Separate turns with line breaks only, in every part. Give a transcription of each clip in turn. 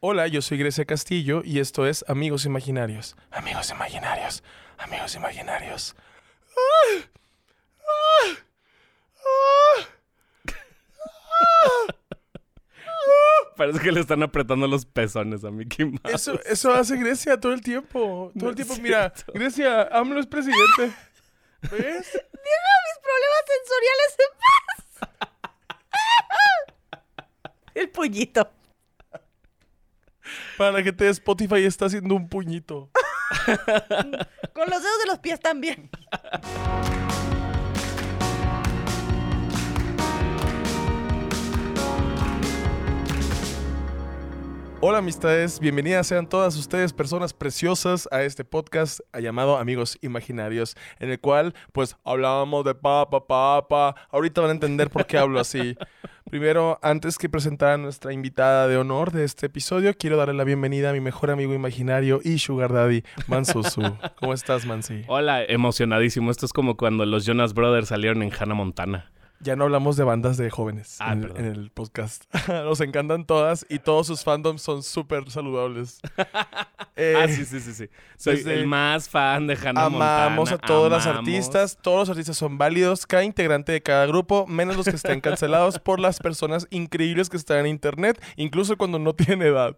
Hola, yo soy Grecia Castillo y esto es Amigos Imaginarios. Amigos Imaginarios. Amigos Imaginarios. ¡Ah! ¡Ah! ¡Ah!
Parece que le están apretando los pezones a Mickey Mouse.
Eso, eso hace Grecia todo el tiempo. Todo
No
el tiempo.
es
Mira,
cierto.
Grecia, AMLO es presidente. ¿Ves?
Deja mis problemas sensoriales en paz. El puñito.
Para la gente de Spotify está haciendo un puñito.
Con los dedos de los pies también.
Hola amistades, bienvenidas sean todas ustedes personas preciosas a este podcast llamado Amigos Imaginarios, en el cual pues hablábamos de papa, papa. Ahorita van a entender por qué hablo así. Primero, antes que presentar a nuestra invitada de honor de este episodio, quiero darle la bienvenida a mi mejor amigo imaginario y sugar daddy, Mansusu. ¿Cómo estás, Mansi?
Hola, emocionadísimo. Esto es como cuando los Jonas Brothers salieron en Hannah Montana.
Ya no hablamos de bandas de jóvenes
Ah,
en, el-
perdón.
en el podcast. Nos encantan todas y todos sus fandoms son súper saludables. Eh,
Ah, sí, sí, sí, sí. Soy
desde-
el más fan de Hannah Montana.
Amamos a todos los
amamos.
artistas, todos los artistas son válidos, cada integrante de cada grupo, menos los que están cancelados por las personas increíbles que están en internet, incluso cuando no tienen edad.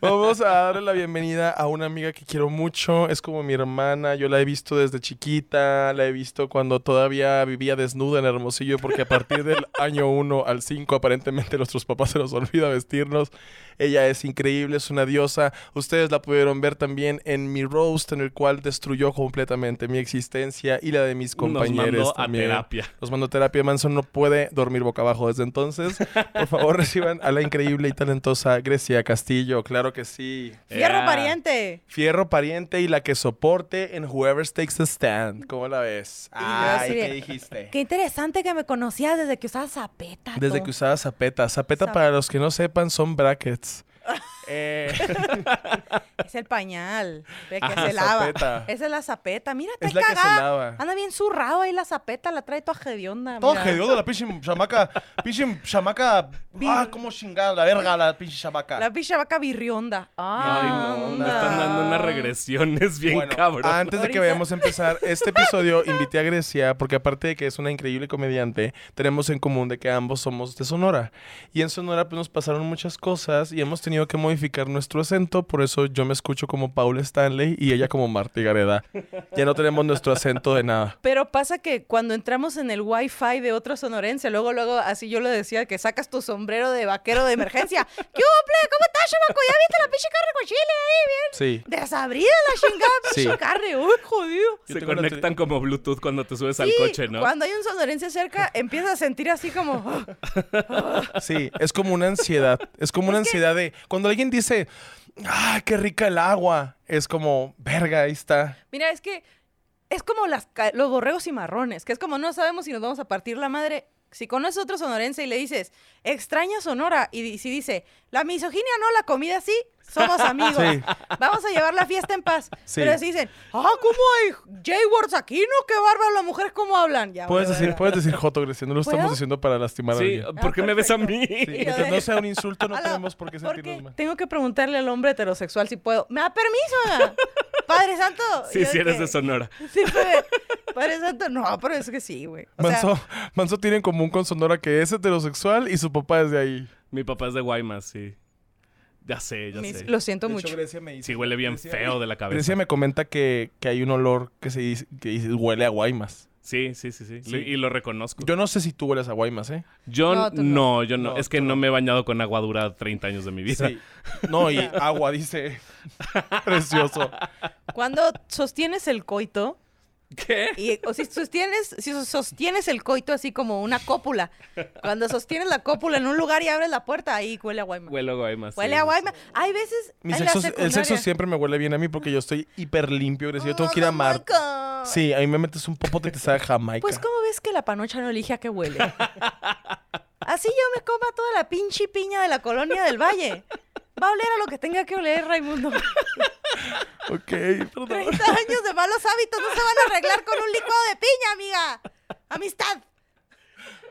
Vamos a darle la bienvenida a una amiga que quiero mucho, es como mi hermana, yo la he visto desde chiquita, la he visto cuando todavía vivía desnuda en Hermosillo, porque a partir del año 1 al 5 aparentemente nuestros papás se nos olvida vestirnos. Ella es increíble, es una diosa. Ustedes la pudieron ver también en mi roast, en el cual destruyó completamente mi existencia y la de mis compañeros.
Nos mandó
también.
a terapia.
Los mando a terapia. Manson no puede dormir boca abajo desde entonces. Por favor, reciban a la increíble y talentosa Grecia Castillo. Claro que sí.
Fierro
Eh,
Era-
pariente.
Fierro pariente y la que soporte en Whoever Takes a Stand. ¿Cómo la ves?
yo
Ay,
así de-
¿qué dijiste?
Qué interesante que me conocías desde que usabas zapeta.
Desde que usaba zapeta. Zapeta,
Zap-
para los que no sepan, son brackets. Eh,
Es el pañal. De que
Ajá,
se lava.
Ah, zapeta.
Esa es la zapeta. Mira, está
es la que se
cagada.
lava.
Anda bien zurrado ahí la zapeta, la trae toda hedionda.
Todo
mira.
hediondo la pinche chamaca. Pinche chamaca.
Vir-
Ah, cómo chingada la verga la pinche chamaca.
La pinche vaca virrionda.
Ay, no, me están dando unas regresiones bien
Bueno,
cabrón.
Antes de que
Ahorita.
vayamos a empezar este episodio, invité a Grecia porque aparte de que es una increíble comediante, tenemos en común de que ambos somos de Sonora. Y en Sonora pues, nos pasaron muchas cosas y hemos tenido que modificar nuestro acento, por eso yo me escucho como Paula Stanley y ella como Marta Gareda. Ya no tenemos nuestro acento de nada.
Pero pasa que cuando entramos en el wifi de otro sonorense, luego, luego, así yo lo decía, que sacas tu sombrero de vaquero de emergencia. ¿Qué hubo, ple? ¿Cómo estás, chamaco? ¿Ya viste la pinche carne con chile ahí? Bien
Sí.
desabrida la chingada pinche
Sí.
carne. Uy, jodido.
yo
Se
tengo la
conectan como Bluetooth cuando te subes al
Sí,
coche, ¿no?
Cuando hay un sonorense cerca, empiezas a sentir así como... "Ah".
Sí, es como una ansiedad. Es como una ansiedad de... Cuando alguien dice, ¡ah, qué rica el agua! Es como, verga, ahí está.
Mira, es que es como las, ca- los borregos y marrones, que es como no sabemos si nos vamos a partir la madre. Si conoces otro sonorense y le dices, extraña Sonora, y di- si dice, la misoginia no, la comida sí, somos amigos.
Sí.
Vamos a llevar la fiesta en paz.
Sí.
Pero si dicen, ah, ¿cómo hay J-Words aquí? No, qué bárbaro, las mujeres cómo hablan. Ya,
Puedes
vale,
decir,
vale.
puedes decir joto, Grecia. No lo
ah, ¿Puedo?
estamos diciendo para lastimar a
Sí,
alguien.
¿por qué me ves a mí?
Sí,
Y yo
mientras
de-
no sea un insulto, no
Aló,
tenemos por qué sentirnos mal.
Tengo que preguntarle al hombre heterosexual si puedo. ¿Me da permiso? Padre Santo.
Sí,
Yo
si
de
eres
que-
de Sonora.
Sí, padre, Padre Santo, no, pero es que sí, güey. O sea,
Manso, Manso tiene en común con Sonora que es heterosexual y su papá es de ahí.
Mi papá es de Guaymas, sí. Ya sé, ya
mis-
sé.
lo siento mucho.
Grecia me
Sí, huele bien feo de la cabeza.
Grecia me comenta que, que hay un olor que se dice, que dice, huele a Guaymas.
Sí, sí, sí, sí.
Sí.
Y lo reconozco.
Yo no sé si tú hueles a Guaymas, ¿eh?
Yo
No,
no,
tú no.
yo no.
No,
es que
tú
no.
no.
me he bañado con agua dura 30 años de mi vida.
Sí. No, y agua, dice. Precioso.
Cuando sostienes el coito,
¿Qué?
y, o si sostienes, si sostienes el coito así como una cópula, cuando sostienes la cópula en un lugar y abres la puerta, ahí huele a Guaymas.
Huele a Guaymas. sí.
Huele a Guaymas. Hay veces.
Mi
en
sexo,
la
el sexo
secundaria- Oh,
siempre me huele bien a mí porque yo estoy hiper limpio, Grecia. Yo tengo que ir a mar.
Jamaica.
Sí, a mí me metes un popote y te sabe a Jamaica.
Pues, ¿cómo ves que la panocha no elige a qué huele? Así yo me coma toda la pinche piña de la colonia del valle. Va a oler a lo que tenga que oler, Raimundo.
Ok, perdón.
30 años de malos hábitos no se van a arreglar con un licuado de piña, amiga. Amistad.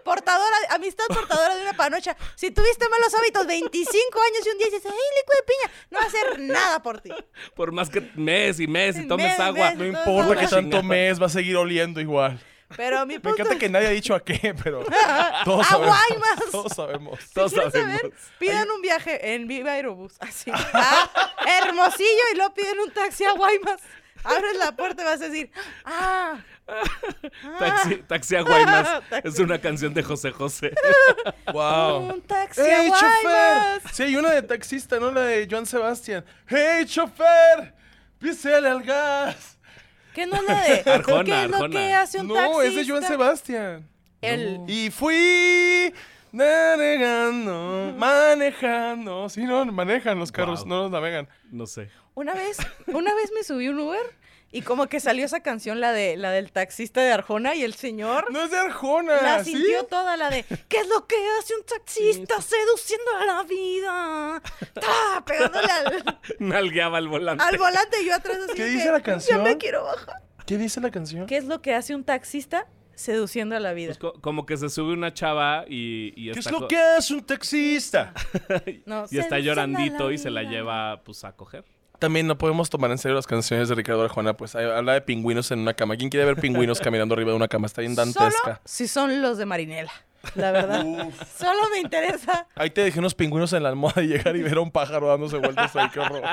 Portadora, amistad portadora de una panocha. Si tuviste malos hábitos 25 años y un día dices, ¡ay, licuado de piña! No va a hacer nada por ti.
Por más que mes y mes y tomes
Mes y
agua.
mes.
No
No,
importa
no,
que
no.
tanto mes, va a seguir oliendo igual.
Pero mi
Me
punto
encanta que nadie ha dicho a qué, pero todos sabemos.
¡Aguaymas!
Todos sabemos.
Todos
¿Quieren
sabemos.
saber? Pidan un viaje en Viva Aerobús, así. Ah, hermosillo y luego piden un taxi a Guaymas. Abres la puerta y vas a decir, ah, ah,
Taxi, taxi a Guaymas.
Taxi.
Es una canción de José José.
Wow.
un taxi a
Ah, ¡Hey,
Guaymas.
chofer! Sí, hay una de taxista, ¿no? La de Joan Sebastián. ¡Hey, chofer! ¡Písele al gas!
¿Qué no es la de?
Arjona,
¿Qué es lo
Arjona.
que hace un
No,
taxista?
es de Joan Sebastián.
El-
Y fui navegando, manejando. Sí, no, manejan los carros,
Wow.
no los navegan.
No sé.
Una vez, una vez me subí a un Uber y como que salió esa canción, la de la del taxista de Arjona y el señor.
No es de Arjona,
La
¿sí?
sintió toda la de ¿Qué es lo que hace un taxista seduciendo a la vida? ¡Tra! Pegándole al,
Nalgueaba al volante.
al volante y yo atrás así
¿Qué
de
dice
que,
la canción?
Ya me quiero bajar.
¿Qué dice la canción?
¿Qué es lo que hace un taxista seduciendo a la vida?
Pues co- como que se sube una chava y, y
¿Qué es
está
lo
co-
que hace un taxista?
No,
y está
seduciendo a la
llorandito y se la
vida.
lleva pues a coger.
También no podemos tomar en serio las canciones de Ricardo Arjona, pues ahí habla de pingüinos en una cama. ¿Quién quiere ver pingüinos caminando arriba de una cama? Está bien
Solo
dantesca.
si son los de Marinela, la verdad.
Uf.
Solo me interesa.
Ahí te dejé unos pingüinos en la almohada y llegar y ver a un pájaro dándose vueltas ahí, qué horror.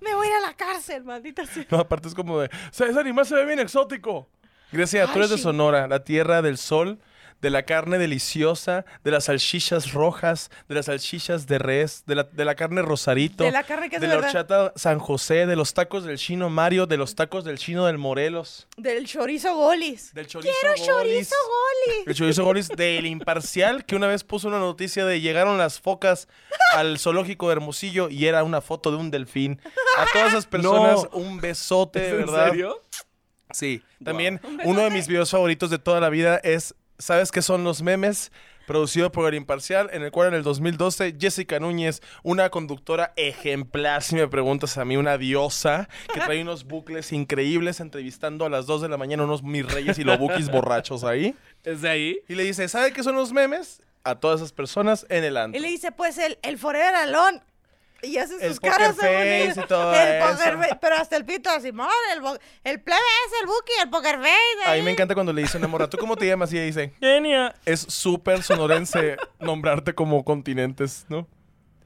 Me voy a ir a la cárcel, maldita sea.
No, aparte es como de, "O sea, ese animal se ve bien exótico. Grecia, tú
Ay,
eres de
sí.
Sonora, la tierra del sol, de la carne deliciosa, de las salchichas rojas, de las salchichas de res, de la, de la carne rosarito,
De la carne que es
de la
verdad.
horchata San José, de los tacos del chino Mario, de los tacos del chino del Morelos,
Del chorizo golis.
del chorizo
Quiero
golis.
chorizo golis.
El chorizo golis del imparcial que una vez puso una noticia de llegaron las focas al zoológico de Hermosillo y era una foto de un delfín. A todas esas personas un besote, de
¿Es ¿En
verdad.
serio?
Sí.
Wow.
También uno de mis videos favoritos de toda la vida es ¿Sabes qué son los memes? Producido por El Imparcial, en el cual en el 2012 Jessica Núñez, una conductora ejemplar, si me preguntas a mí, una diosa, que trae unos bucles increíbles entrevistando a las 2 de la mañana unos mis reyes y lobuquis borrachos ahí.
¿Es de ahí?
Y le dice, ¿sabe qué son los memes? A todas esas personas en el antro.
Y le dice, pues, el, el Forever Alone. Y hacen
El
sus
poker
caras de
face
bonito.
y todo
el poker
eso.
face, Pero hasta el pito, Simón, el, bo- el plebe es el buki, el poker face.
A
ahí.
mí me encanta cuando le dice una morra, ¿tú cómo te llamas? Y ella dice, Genia. Es súper sonorense nombrarte como continentes, ¿no?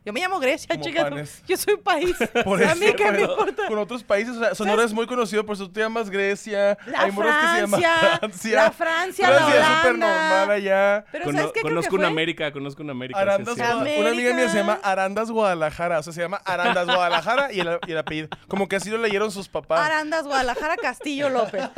Yo me llamo Grecia,
Como
chicas.
panes.
Yo soy un país.
Por
a
eso,
mí que me
pero
importa.
Con otros países, o sea, Sonora es muy conocido por eso. Te llamas Grecia.
La
hay morras que se llaman
Francia,
Francia.
la Francia, la
Francia es súper
Holanda.
normal allá.
Pero
Cono-
¿sabes qué? Creo que
conozco
fue
una América, conozco una América. sí,
Arandas,
sí.
Guada- una amiga mía se llama
América.
Arandas Guadalajara. O sea, se llama Arandas Guadalajara y el, y el apellido. Como que así lo leyeron sus papás.
Arandas, Guadalajara, Castillo, López.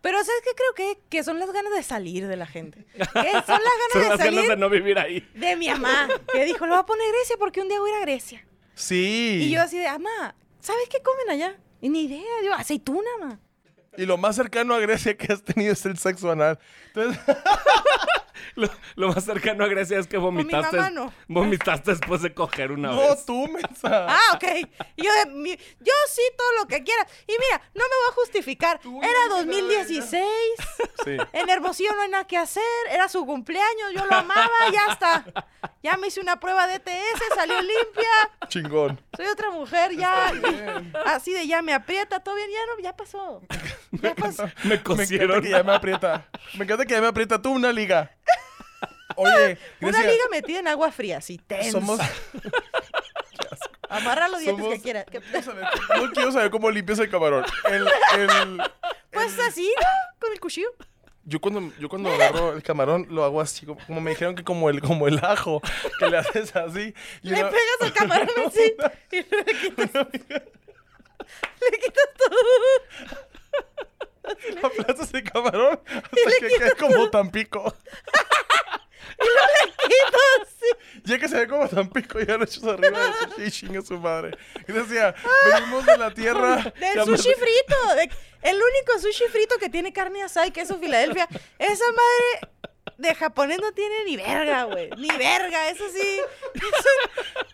Pero ¿sabes qué? Creo que, que son las ganas de salir de la gente. Que son las ganas
Son
de
las ganas
salir
de no vivir ahí.
de mi mamá. Que dijo, lo va a poner Grecia porque un día voy a ir a Grecia.
Sí.
Y yo así de, ama, ¿sabes qué comen allá? Y ni idea, yo, aceituna, ma.
Y lo más cercano a Grecia que has tenido es el sexo anal. Entonces,
Lo, lo más cercano a Grecia es que vomitaste.
mamá no.
Vomitaste después de coger una
no,
vez.
tú, mensa.
Ah, ok. Y yo, de, mi- yo sí todo lo que quiera. Y mira, no me voy a justificar.
Tú,
Era
no, no, no, no.
2016.
Sí.
En Hermosillo no hay nada que hacer. Era su cumpleaños. Yo lo amaba. Ya está. Ya me hice una prueba de ETS. Salió limpia.
Chingón.
Soy otra mujer. Ya. Así de ya me aprieta. Todo bien. Ya, no, ya pasó. Ya pasó.
Me
Me encanta
cosieron.
que ya me aprieta. Me encanta que ya me aprieta tú una liga. Oye,
Una
Grecia,
liga metida en agua fría. Así tensa.
somos,
Amarra los dientes
somos-
que quieras. Que-
quiero saber- no quiero saber cómo limpias el camarón. El- el-
Pues así, ¿no? Con el cuchillo.
yo cuando yo cuando agarro el camarón lo hago así como, como me dijeron que como el como el ajo que le haces así. Y
Le
una-
pegas al camarón así y luego le quitas. le quitas todo.
aplastas el camarón hasta que quede como tampico.
Quitas. sí.
Ya que se ve como Tampico, ya lo echas arriba del sushi y chinga su madre. Grecia, venimos de la tierra.
Del
Ya me-
sushi frito. de- el único sushi frito que tiene carne asada y queso Filadelfia. Esa madre de japonés no tiene ni verga, güey. Ni verga, eso sí.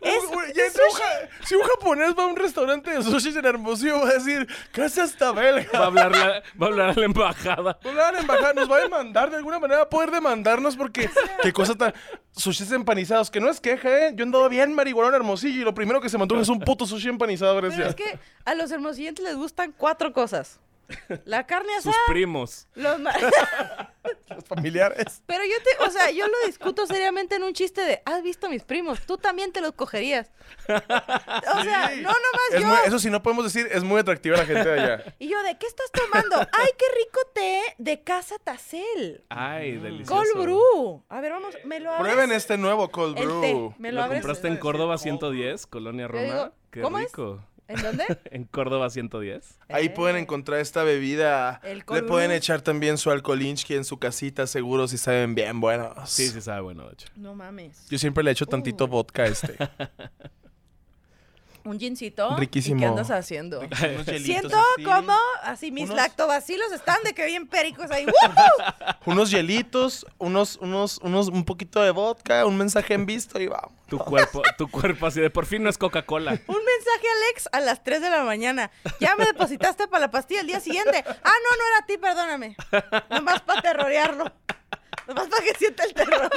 Es un- es-
Güey, ya
es
entra un
sushi.
ja- si un japonés va a un restaurante de sushi en Hermosillo, va a decir, casi hasta belga.
Va a hablar, la- va a, hablar a la embajada.
Va a la embajada, nos va a demandar de alguna manera, va a poder demandarnos porque qué cosa tan. Sushis empanizados, que no es queja, ¿eh? Yo andaba bien marihuana en Hermosillo y lo primero que se me antoja es un puto sushi empanizado,
Pero
gracias.
es que a los hermosillenses les gustan cuatro cosas. La carne
Sus
asada,
primos.
los ma-
Los familiares.
Pero yo te, o sea, yo lo discuto seriamente en un chiste de, ¿has visto a mis primos? Tú también te los cogerías. O sea, no nomás
Es
yo.
muy- eso sí, no podemos decir, es muy atractiva la gente de allá.
Y yo, ¿de qué estás tomando? ¡Ay, qué rico té de Casa Tacel!
Ay,
Mm.
delicioso.
Cold brew. A ver, vamos, me lo abres.
Prueben este nuevo cold
El
brew.
té. Me lo,
Lo
abres.
compraste en Córdoba 110, Colonia Roma.
"Oh". digo,
Qué
¿cómo es?
rico.
¿En dónde?
En Córdoba 110.
Ahí
Eh.
pueden encontrar esta bebida.
El
Le
cold
pueden
brew.
echar también su alcoholinski en su casita, seguro si saben bien buenos.
Sí, sí sabe bueno, de hecho.
No mames.
Yo siempre le echo tantito
Uh.
vodka a este.
Un gincito.
Riquísimo.
¿Y qué andas haciendo?
Unos hielitos
Siento
así.
como así mis
Unos-
lactobacilos están de que bien pericos ahí. ¡Uh! ¡Woo!
unos hielitos, unos, unos, unos, un poquito de vodka, un mensaje en visto y vamos.
Tu cuerpo, tu cuerpo así de por fin no es Coca-Cola.
Un mensaje a Alex a las 3 de la mañana. Ya me depositaste para la pastilla el día siguiente. Ah, no, no era a ti, perdóname. Nomás para terrorearlo. Nomás para que sienta el terror.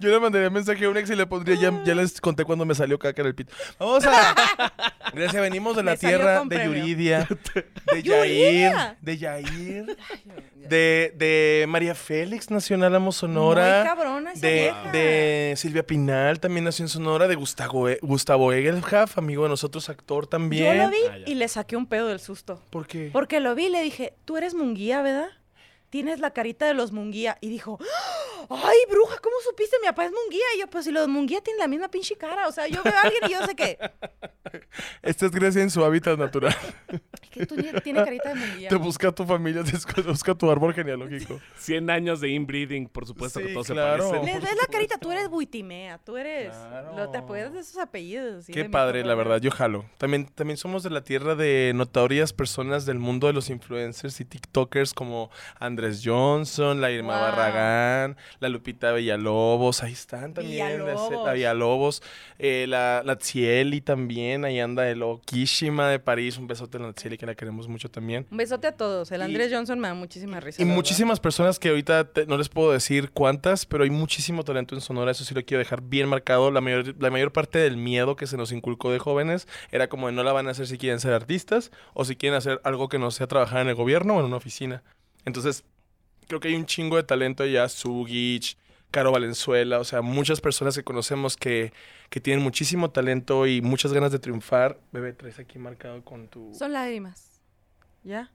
Yo le mandaría mensaje a un ex y le pondría, ya, ya les conté cuando me salió caca en el pito. Vamos a... Gracias, venimos de la
Me salió
tierra
con
de
premio.
Yuridia, de Yair,
¡Yuridia!
de Yair, de, de María Félix, nació en Álamo,
Muy
Sonora.
cabrona esa
De,
vieja.
de Silvia Pinal, también nació en Sonora, de Gustavo, E- Gustavo Egelhaf, amigo de nosotros, actor
Yo
también.
lo vi
Ah, ya.
y le saqué un pedo del susto.
¿Por qué?
Porque lo vi y le dije, tú eres munguía, ¿verdad? Tienes la carita de los munguía. Y dijo, ay, bruja, ¿cómo supiste? Mi papá es munguía. Y yo, pues si los munguía tienen la misma pinche cara. O sea, yo veo a alguien y yo sé que,
Esta es Grecia en su hábitat natural.
es que tú ni- tienes carita de munguía.
Te busca tu familia, te escu- busca tu árbol genealógico.
100 años de inbreeding, por supuesto que
Sí,
todos
claro.
se parecen.
Les ves la carita, tú eres buitimea, tú eres...
Claro.
lo- te acuerdas de esos apellidos. sí,
Qué
de mi
padre,
papá.
la verdad, yo jalo. También, también somos de la tierra de notorias personas del mundo de los influencers y TikTokers como Andrés Johnson, la Irma
Wow.
Barragán, la Lupita Villalobos, ahí están también, La,
Villalobos.
la Villalobos, eh, la, la Tsieli también, ahí anda el Okishima de París, un besote a la Tsieli que la queremos mucho también.
Un besote a todos. El
Y-
Andrés Johnson me da muchísima risa.
Y
la verdad.
muchísimas personas que ahorita te- no les puedo decir cuántas, pero hay muchísimo talento en Sonora, eso sí lo quiero dejar bien marcado. La mayor, la mayor parte del miedo que se nos inculcó de jóvenes era como de no la van a hacer si quieren ser artistas o si quieren hacer algo que no sea trabajar en el gobierno o en una oficina. Entonces, creo que hay un chingo de talento allá, Zugich, Caro Valenzuela, o sea, muchas personas que conocemos que, que tienen muchísimo talento y muchas ganas de triunfar. Bebé, traes aquí marcado con tu...
Son lágrimas. ¿Ya?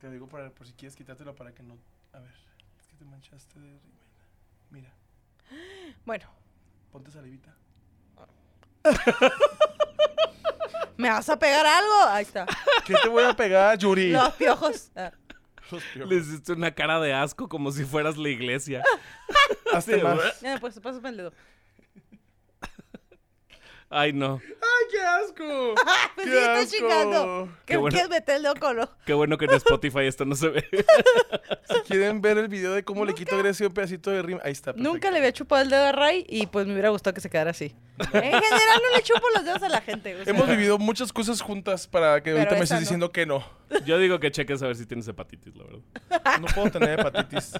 Te digo para, por si quieres quitártelo para que no. A ver, es que te manchaste de Rihanna. Mira,
Bueno,
ponte salivita.
¿me vas a pegar algo? Ahí está.
¿Qué te voy a pegar, Yuri?
Los piojos. Ah.
Le hiciste una cara de asco como si fueras la iglesia.
Hazte
Sí,
más.
güey.
Ya, pues pásame el dedo.
Ay, no.
¡Ay, qué asco!
Pues
¡Qué
sí, estoy
asco!
chingando.
Qué
¿Qué
bueno.
quieres meter el dedo con lo-
Qué bueno que en Spotify esto no se ve.
Si quieren ver el video de cómo le quito a Grecia un pedacito de rima, ahí está. perfecto.
Nunca le había chupado el dedo a Ray y pues me hubiera gustado que se quedara así. En general no le chupo los dedos a la gente. o sea.
Hemos vivido muchas cosas juntas para que
Pero
ahorita me
esa
estés
no.
diciendo que no.
Yo digo que cheques a ver si tienes hepatitis, la verdad.
No puedo tener hepatitis.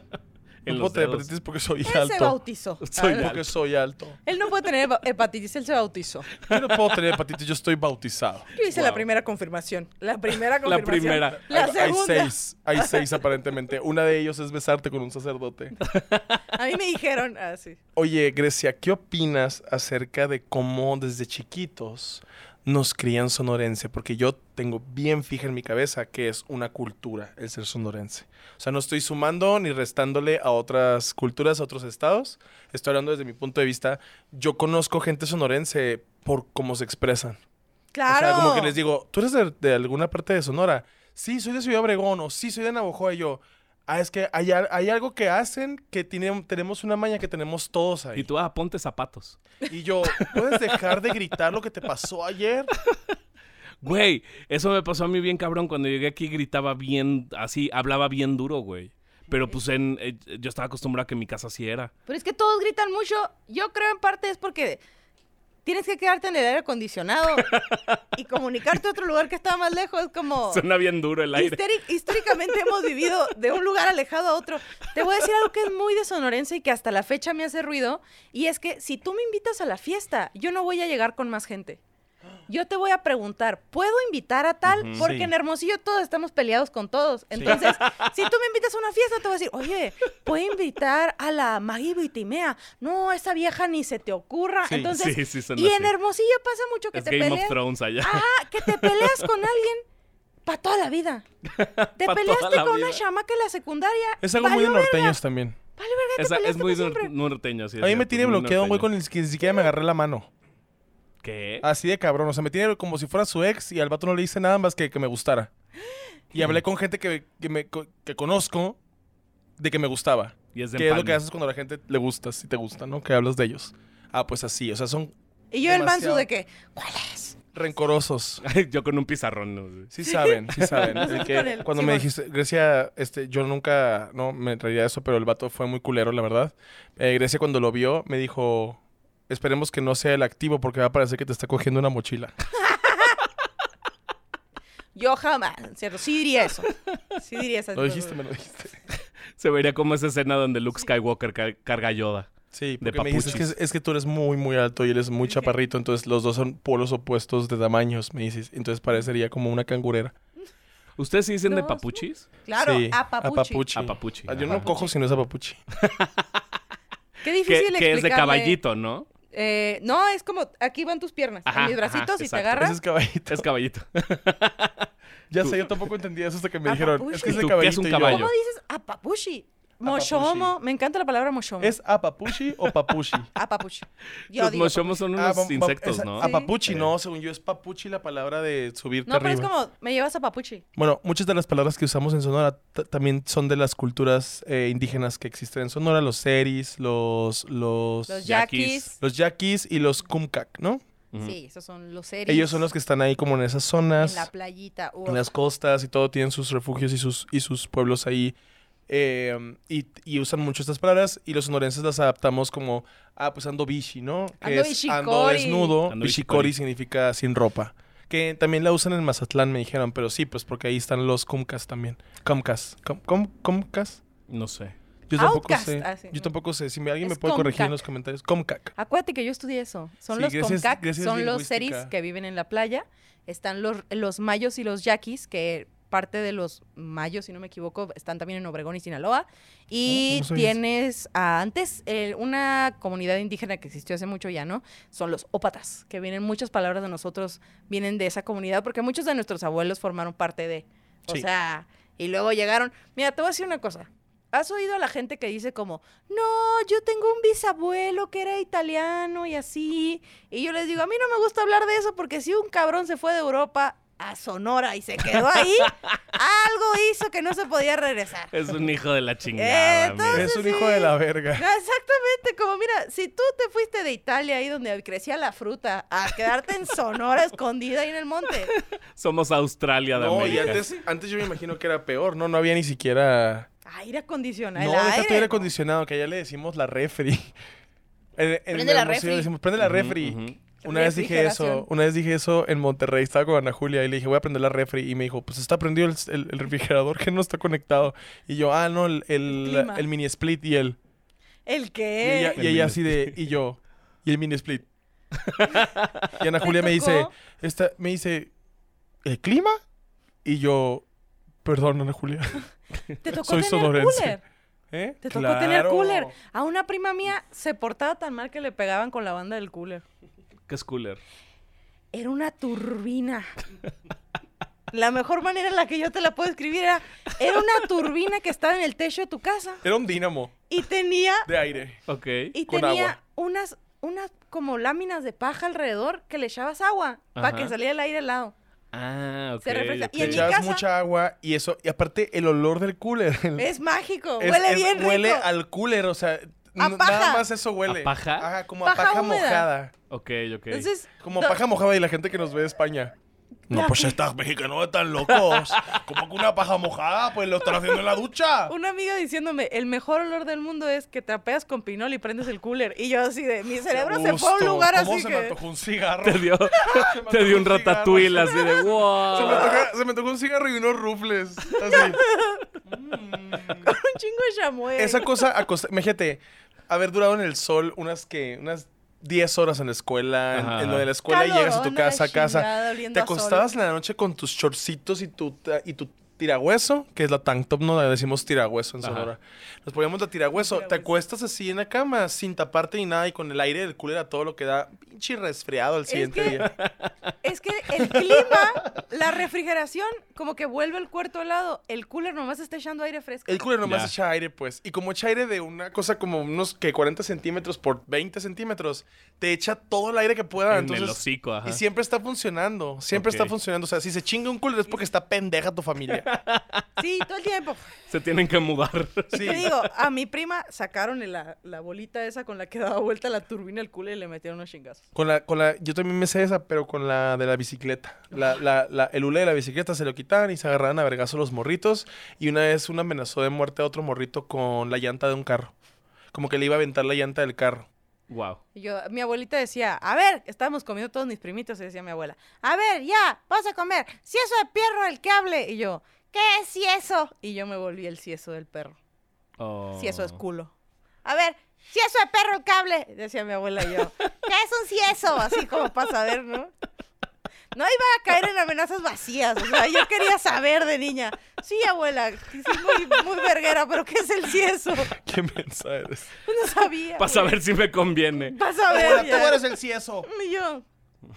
En
no
los
puedo tener
dedos.
hepatitis porque soy
Él se
alto.
bautizó.
Soy
Ah,
Porque soy alto.
Él no puede tener hep- hepatitis, él se bautizó.
Yo no puedo tener hepatitis, yo estoy bautizado.
Yo hice
Wow.
la primera confirmación. La primera
La
confirmación.
primera.
La
Hay-
segunda.
Hay seis, hay seis aparentemente. Una de ellos es besarte con un sacerdote.
A mí me dijeron ah, así.
Oye, Grecia, ¿qué opinas acerca de cómo desde chiquitos nos crían sonorense? Porque yo tengo bien fija en mi cabeza que es una cultura el ser sonorense. O sea, no estoy sumando ni restándole a otras culturas, a otros estados. Estoy hablando desde mi punto de vista. Yo conozco gente sonorense por cómo se expresan.
Claro.
O sea, como que les digo, ¿tú eres de, de alguna parte de Sonora? Sí, soy de Ciudad Obregón o sí, soy de Navajo. Y yo, ah, es que hay, al- hay algo que hacen que tiene- tenemos una maña que tenemos todos ahí.
Y tú, ah, ponte zapatos.
Y yo, ¿puedes dejar de gritar lo que te pasó ayer?
Güey, eso me pasó a mí bien cabrón. Cuando llegué aquí gritaba bien, así, hablaba bien duro, güey. Pero pues en, eh, yo estaba acostumbrado a que en mi casa así era.
Pero es que todos gritan mucho. Yo creo en parte es porque tienes que quedarte en el aire acondicionado y comunicarte a otro lugar que está más lejos. Es como.
Suena bien duro el aire.
Históri- históricamente hemos vivido de un lugar alejado a otro. Te voy a decir algo que es muy desonorense y que hasta la fecha me hace ruido. Y es que si tú me invitas a la fiesta, yo no voy a llegar con más gente. Yo te voy a preguntar, ¿puedo invitar a tal?
Ujú.
Porque
Sí.
en Hermosillo todos estamos peleados con todos. Entonces, si tú me invitas a una fiesta, te voy a decir, oye, ¿puedo invitar a la Maggie Vitimea? No, esa vieja ni se te ocurra.
Sí,
Entonces,
sí, sí, suena
y en
así.
Hermosillo pasa mucho que
Es
te Ah,
Game of
peleas.
Thrones allá.
Ajá, que te peleas con alguien para toda la vida. Te
Pa' toda
peleaste
la
con una
vida.
chamaca en la secundaria.
Es algo muy de
valió verga,
norteños también.
valió verga, te
Esa- es
peleaste
muy
pa'
nor-
siempre.
norteño, sí. es
A mí me
cierto,
tiene
muy
bloqueado un güey con Ah,
norteño.
el que ni siquiera me agarré la mano.
¿Qué?
Así de cabrón. O sea, me tiene como si fuera su ex y al vato no le hice nada más que que me gustara. Y hablé con gente que, que, me, co- que conozco de que me gustaba.
Y es de
Que es lo que
empalme.
haces cuando a la gente le gusta, si te gusta, ¿no? Que hablas de ellos. Ah, pues así. O sea, son
Y yo el
Demasiado.
manso de que, ¿cuál es?
rencorosos.
Yo con un pizarrón. no sé.
Sí saben, sí saben. El
Nosotros
que
con él,
cuando
sí,
me
bueno.
dijiste, Grecia, este, yo nunca, no, me traería eso, pero el vato fue muy culero, la verdad. Eh, Grecia cuando lo vio me dijo, esperemos que no sea el activo porque va a parecer que te está cogiendo una mochila.
Yo jamás, ¿cierto? Sí diría eso. Sí diría eso.
Lo dijiste, me lo dijiste.
Se vería como esa escena donde Luke Skywalker ca- carga a Yoda.
Sí,
De
porque me dijiste, es que,
papuchis.
es que tú eres muy, muy alto y eres muy chaparrito, entonces los dos son polos opuestos de tamaños, me dices. Entonces parecería como una cangurera.
¿Ustedes sí dicen de
No,
papuchis?
Claro,
Sí,
a papuchi.
apapuchi.
A papuchi.
Ah, Yo no cojo si no es apapuchi.
Qué
Que,
difícil
que es de
explicarle.
caballito, ¿no?
Eh, no, es como, aquí van tus piernas, a
Ajá,
mis bracitos
ajá,
y te
exacto.
Ese
agarras.
es caballito.
Es caballito.
Ya
tú-
sé, yo tampoco entendía eso hasta que me dijeron.
Apapuchi.
Es que es
Tu
de
pie
caballito.
es un
y yo,
caballo.
¿Cómo dices a papuchi? Mochomo, me encanta la palabra mochomo.
¿Es apapuchi o papuchi?
a papuchi. Yo
Los
digo
mochomos son
Ah,
unos
bom- bom-
insectos,
esa- ah,
¿no?
A
Sí.
papuchi, no, según yo es papuchi la palabra de subirte
No, pero
arriba.
es como, me llevas a papuchi.
Bueno, muchas de las palabras que usamos en Sonora t- también son de las culturas eh, indígenas que existen en Sonora, los seris, los los
Los
yaquis.
yaquis.
los yaquis y los kumkak, ¿no?
Ujú.
Sí, esos son los seres.
Ellos son los que están ahí como en esas
en la
zonas,
playita.
en las costas y todo, tienen sus refugios y sus y sus pueblos ahí. eh, y, y usan mucho estas palabras y los sonorenses las adaptamos como, ah, pues ando bichi, ¿no? Que
Ando
es ando
bichicori.
desnudo,
Ando bichicori.
bichicori significa sin ropa. Que también la usan en Mazatlán, me dijeron, pero sí, pues porque ahí están los cumcas también. Cumcas. Cum, cum, cumcas.
No sé.
Yo tampoco
Outcast,
sé.
ah, sí.
Yo tampoco sé. Si me- alguien
Es
me puede corregir
comcac.
en los comentarios. Comcac.
Acuérdate que yo estudié eso. Son
Sí,
los
gracias-
concac,
gracias
son los seris
lingüística.
que viven en la playa. Están los, los mayos y los yaquis, que parte de los mayos, si no me equivoco, están también en Obregón y Sinaloa.
Oh,
Y
no sabía eso.
tienes ah, antes eh, una comunidad indígena que existió hace mucho ya, ¿no? Son los ópatas, que vienen muchas palabras de nosotros, vienen de esa comunidad, porque muchos de nuestros abuelos formaron parte de. O
Sí.
sea, y luego llegaron. Mira, te voy a decir una cosa. ¿Has oído a la gente que dice como, no, yo tengo un bisabuelo que era italiano y así? Y yo les digo, a mí no me gusta hablar de eso porque si un cabrón se fue de Europa a Sonora y se quedó ahí, algo hizo que no se podía regresar.
Es un hijo de la chingada. amigo.
Eh, Entonces-
Es un hijo
sí.
de la verga.
Exactamente, como mira, si tú te fuiste de Italia, ahí donde crecía la fruta, a quedarte en Sonora escondida ahí en el monte.
Somos Australia de
No, y
América.
antes, antes yo me imagino que era peor, ¿no? No había ni siquiera...
Aire acondicionado.
No,
el
deja tu
aire,
aire
¿no?
acondicionado, que allá le decimos la refri. En, en
Prende la
Hermosillo
refri.
le decimos, prende la
Ujú,
refri.
ujú.
Una vez dije eso,
Refrigeración.
una vez dije eso en Monterrey, estaba con Ana Julia y le dije, voy a prender la refri. Y me dijo, pues está prendido el, el- el refrigerador que no está conectado. Y yo, ah, no, el, el-
El clima.
el mini split y él.
¿El
Y ella,
qué?
y
El
ella
mini
así de, y yo, y el mini split. y Ana Julia me dice,
tocó?
esta, me dice, ¿el clima? Y yo, perdón, Ana Julia.
Te tocó
Soy
tener
sonorense.
cooler.
¿Eh?
Te tocó tener
Claro.
cooler. A una prima mía se portaba tan mal que le pegaban con la banda del cooler.
¿Qué es cooler?
Era una turbina. La mejor manera en la que yo te la puedo escribir era, era una turbina que estaba en el techo de tu casa
Era un dínamo
y tenía,
de aire.
Ok.
y
con
tenía
agua.
unas, unas como láminas de paja alrededor que le echabas agua para
Ajá.
que saliera el aire al lado.
Ah, ok.
Se refresca.
ok.
Y
Le
en mi
echabas
casa-
mucha agua y eso. Y aparte, el olor del cooler. el-
Es mágico,
es-
huele
es-
bien rico.
Huele al cooler, o sea.
A
n-
paja.
Nada más eso huele.
¿A paja?
Ajá, como
Paja
a paja
húmeda.
mojada.
Ok, ok.
Entonces,
Como
do-
paja mojada y la gente que nos ve de España. No,
La
pues
que-
estas mexicanos están locos.
Como que una paja mojada, pues lo están haciendo en la ducha.
Una amiga diciéndome, el mejor olor del mundo es que trapeas con pinol y prendes el cooler. Y yo así de, mi cerebro se fue a un
Justo.
lugar
¿Cómo
así
se me
que...
antojó un cigarro?
Te dio, te dio un ratatouille así de
Se me,
wow.
toca- se me tocó un cigarro y unos rufles. Así.
Con un chingo de chamuel.
Esa cosa, acosta- imagínate, haber durado en el sol unas que, unas 10 horas en la escuela, en-
Ajá.
en, lo de la escuela, y llegas a tu
Calorona,
casa, a
chingada,
casa.
oliendo
Te
a sol.
acostabas en la noche con tus shortcitos y tu, ta- y tu tirahueso, que es la tank top, no la decimos tirahueso en
Ajá.
Sonora. Nos poníamos la tirahueso. Te acuestas así en la cama, sin taparte ni nada, y con el aire del cooler a todo lo que da, pinche resfriado al siguiente
que-
día.
Es que el clima, la refrigeración, como que vuelve el cuarto helado. El cooler nomás está echando aire fresco.
El cooler nomás
Ya.
echa aire, pues. Y como echa aire de una cosa como unos que 40 centímetros por 20 centímetros, te echa todo el aire que pueda.
En
Ah, entonces,
el hocico, ajá.
Y siempre está funcionando. Siempre
Ok.
está funcionando. O sea, si se chinga un cooler es porque está pendeja tu familia.
Sí, todo el tiempo.
Se tienen que mudar.
Y
Sí.
te digo, a mi prima sacaron el- la, la bolita esa con la que daba vuelta la turbina al cooler y le metieron unos chingazos.
Con la, con la, yo también me sé esa, pero con la de la bicicleta. La, la, la- el hule de la bicicleta se lo quitaban y se agarraban a vergazo los morritos. Y una vez uno amenazó de muerte a otro morrito con la llanta de un carro. Como que le iba a aventar la llanta del carro.
Wow.
Y yo, mi abuelita decía, a ver, estábamos comiendo todos mis primitos, y decía mi abuela, a ver, ya, vas a comer, si eso de perro el que hable. Y yo, ¿qué es si eso? Y yo me volví el si eso del perro. Si eso
Oh.
es culo. A ver, si eso de perro el cable, decía mi abuela y yo. ¿Qué es un cieso? Así como para saber, ¿no? No iba a caer en amenazas vacías. O sea, yo quería saber de niña. Sí, abuela, sí, sí, muy, muy verguera, pero ¿qué es el cieso?
¿Qué mensa eres?
No sabía.
Para saber si me conviene.
Vas a
Abuela,
ver.
tú eres el cieso.
Y yo,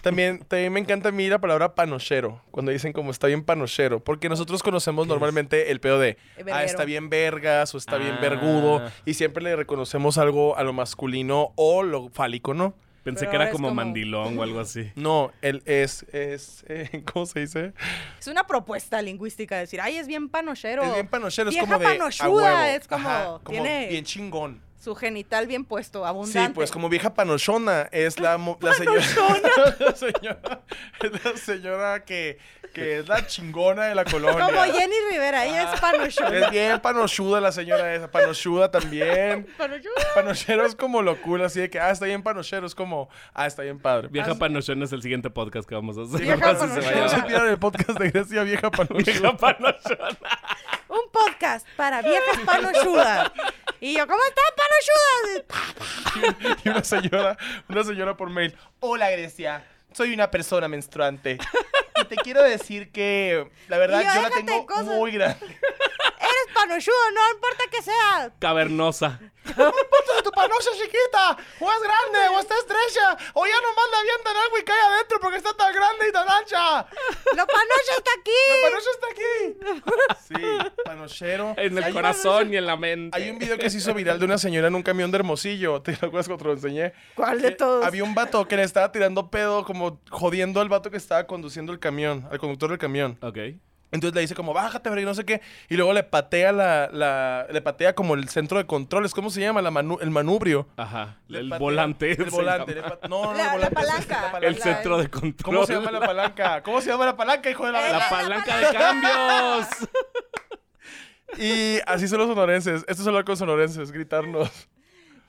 También, también me encanta a mí la palabra panochero, cuando dicen como está bien panochero, porque nosotros conocemos normalmente el pedo de,
eh, Verguero.
ah, está bien vergas o está bien
Ah.
vergudo, y siempre le reconocemos algo a lo masculino o lo fálico, ¿no?
Pensé
Pero
que
ahora
era
es
como,
como-
mandilón o algo así.
No, él es, es, eh, ¿cómo se dice?
es una propuesta lingüística decir, ay, es bien panochero.
es bien panochero, es
vieja
como de, a
panochuda,
huevo.
es como,
Ajá,
tiene-
bien chingón.
Su genital bien puesto,
Sí,
abundante.
pues como vieja panochona es la, mo- la señora... la señora, es la señora que, que es la chingona de la colonia.
Como Jenny Rivera,
Ah.
ella es panochona.
Es bien panochuda la señora esa, panochuda también.
Panochona.
Panochero es como lo cool, así de que, ah, está bien panochero, es como, ah, está bien padre.
Vieja Panochona es el siguiente podcast que vamos a hacer.
Vieja
Nomás si
Yo
se
panochona.
vayan
soy
a-
Pilar en el podcast de Grecia, vieja panochuda.
Vieja Panochona.
un podcast para viejas panochudas. Y yo, ¿cómo están panochudas?
Y una señora, una señora por mail.
Hola, Grecia. Soy una persona menstruante. Y te quiero decir que, la verdad,
Y yo,
yo la
déjate
tengo
cosas.
muy grande.
Eres panochudo, no importa que sea.
Cavernosa.
¡Ponte de tu panocha chiquita! ¡O es grande! ¡O está estrecha! ¡O ya nomás la avientan algo y cae adentro porque está tan grande y tan ancha!
Lo panocha está
¡La
aquí.
panocha está aquí!
Sí, panochero.
En el
Hay-
corazón y en la mente.
Hay un video que se hizo viral de una señora en un camión de Hermosillo. ¿Te acuerdas cuando te lo enseñé?
¿Cuál de
Que
todos?
Había un vato que le estaba tirando pedo, como jodiendo al vato que estaba conduciendo el camión, al conductor del camión.
Ok.
Entonces le dice como, bájate, verga, y no sé qué. Y luego le patea la, la- le patea como el centro de controles. ¿Cómo se llama? La manu- el manubrio.
Ajá.
Le
el
patea-
volante.
El
se
volante. le
llama.
pat- no, no, no,
La-
el
la
volante es- es
palanca.
El
La-
centro de control.
¿Cómo se llama la palanca? ¿Cómo se llama la palanca, hijo de la...
La palanca de cambios.
Y así son los sonorenses. Esto es hablar con sonorenses, gritarnos.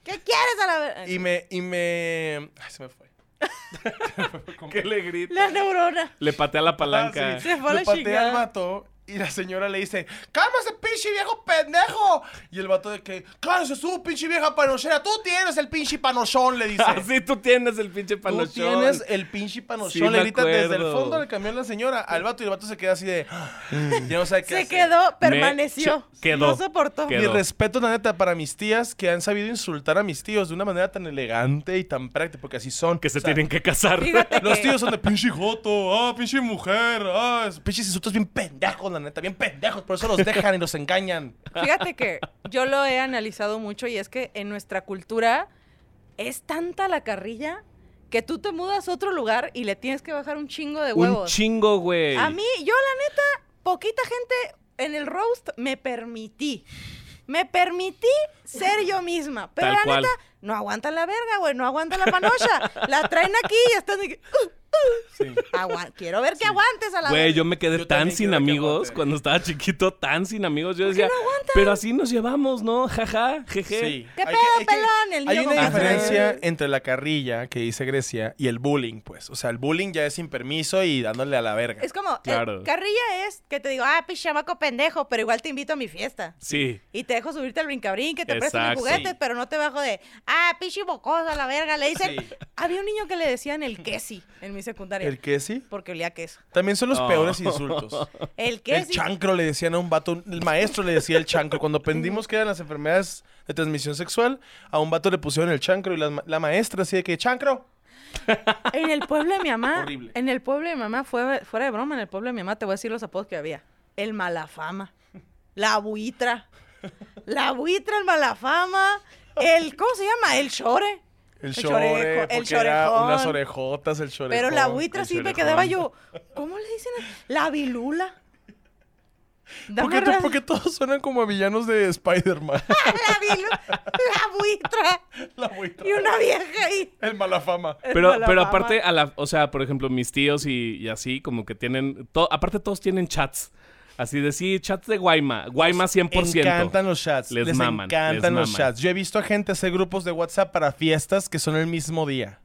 ¿Qué quieres a la ver-
Y me, y me... Ay, se me fue.
que le grita.
La neurona.
Le patea la palanca.
Ah, sí.
Se fue a la
Le patea
chingada.
al vato y la señora le dice, ¡Cálmase, pinche viejo pendejo! Y el vato de que, ¡Cálmese tú, pinche vieja panochera! ¡Tú tienes el pinche panochón! Le dice.
Así tú tienes el pinche
Tú
Ah, panochón.
tienes el pinche panochón.
Sí, me
le grita desde el
acuerdo.
fondo del camión la señora al vato y el vato se queda así de... ya no sabe qué
Se
hacer".
quedó, permaneció.
se- quedó.
No soportó.
Quedó.
Mi respeto, la neta, para mis tías que han sabido insultar a mis tíos de una manera tan elegante y tan práctica, porque así son.
Que se
O sea,
tienen que casar.
Fíjate
Los
que-
tíos son de pinche joto, ah, pinche mujer, ah, es- pinches insultos bien pendejos, la neta, bien pendejos, por eso los dejan y los engañan.
Fíjate que yo lo he analizado mucho y es que en nuestra cultura es tanta la carrilla que tú te mudas a otro lugar y le tienes que bajar un chingo de
Un
huevos.
chingo, güey.
A mí, yo la neta, poquita gente en el roast me permití. Me permití ser yo misma. Pero
Tal
la
cual.
neta, no aguantan la verga, güey. No aguantan la panocha. la traen aquí y están de que, "Uh,
Sí.
Agua- Quiero ver que aguantes a la
Güey, yo me quedé
Yo
tan
también
sin
creo que
amigos
aguanté.
cuando estaba chiquito, tan sin amigos. Yo decía, pero así nos llevamos, ¿no? Jaja, jeje.
Sí.
¿Qué
Hay que-
pedo,
hay que-
pelón? El
Hay
niño
una
con cáncer.
diferencia entre la carrilla que dice Grecia y el bullying, pues. O sea, el bullying ya es sin permiso y dándole a la verga.
Es como, el
Claro.
carrilla es que te digo, ah, pinche chamaco pendejo, pero igual te invito a mi fiesta.
Sí.
Y te dejo subirte al brincabrín, que te presto mis
Exacto.
juguetes,
Sí.
pero no te bajo de, ah, pinche mocoso a la verga. Le dicen,
Sí.
había un niño que le decían el quesi en mi secundaria,
¿El que sí?
porque olía a queso.
También son los
Oh.
peores insultos.
El
El
quesi.
chancro le decían a un vato, el maestro le decía el chancro. Cuando aprendimos que eran las enfermedades de transmisión sexual, a un vato le pusieron el chancro y la, la maestra así de que, chancro.
En el pueblo de mi mamá,
Horrible.
en el pueblo de mi mamá, fue, fuera de broma, en el pueblo de mi mamá te voy a decir los apodos que había. El Malafama, la buitra, la buitra, el Malafama, el, ¿cómo se llama? El Chore.
El,
El
chore,
chorejo- el
porque era
chorejón.
unas orejotas, el chorejón.
Pero la buitra
el
sí me
chorejón.
quedaba yo, ¿cómo le dicen? La vilula.
¿Por
Dame
qué, to-
ra-
por qué todos suenan como a villanos de Spider-Man?
La vilula, la buitra
la buitra.
y una vieja ahí.
El malafama.
El
Pero, pero
Malafama.
aparte, a la, o sea, por ejemplo, mis tíos y, y así, como que tienen. to- aparte, todos tienen chats. Así de sí, chats de Guayma. Guayma 100%.
encantan los chats. Les,
Les maman,
encantan
les
los
maman.
chats. Yo he visto a gente hacer grupos de WhatsApp para fiestas que son el mismo día.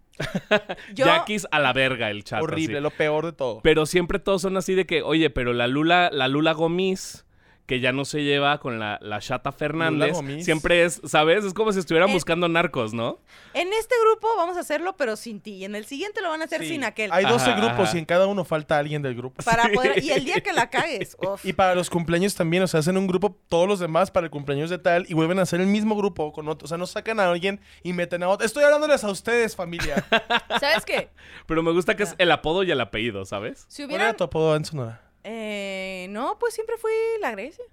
Yo,
Yaquis a la verga el chat.
Horrible,
así.
lo peor de todo.
Pero siempre todos son así de que, oye, pero la Lula, la Lula Gomis, que ya no se lleva con la, la Chata Fernández,
Gomis.
siempre es, ¿sabes? Es como si estuvieran
Eh.
buscando narcos, ¿no?
en este grupo vamos a hacerlo, pero sin ti. Y en el siguiente lo van a hacer sin aquel.
Hay 12
Ajá,
grupos
ajá.
y en cada uno falta alguien del grupo.
Para poder, y el día que la cagues, uf.
Y para los cumpleaños también, o sea, hacen un grupo todos los demás para el cumpleaños de tal y vuelven a hacer el mismo grupo con otro. O sea, no sacan a alguien y meten a otro. Estoy hablándoles a ustedes, familia.
¿Sabes qué?
Pero me gusta que es el apodo y el apellido, ¿sabes?
Si
¿Cuál era
hubieran...
tu apodo en Sonora?
Eh, no, pues siempre fui la Grecia.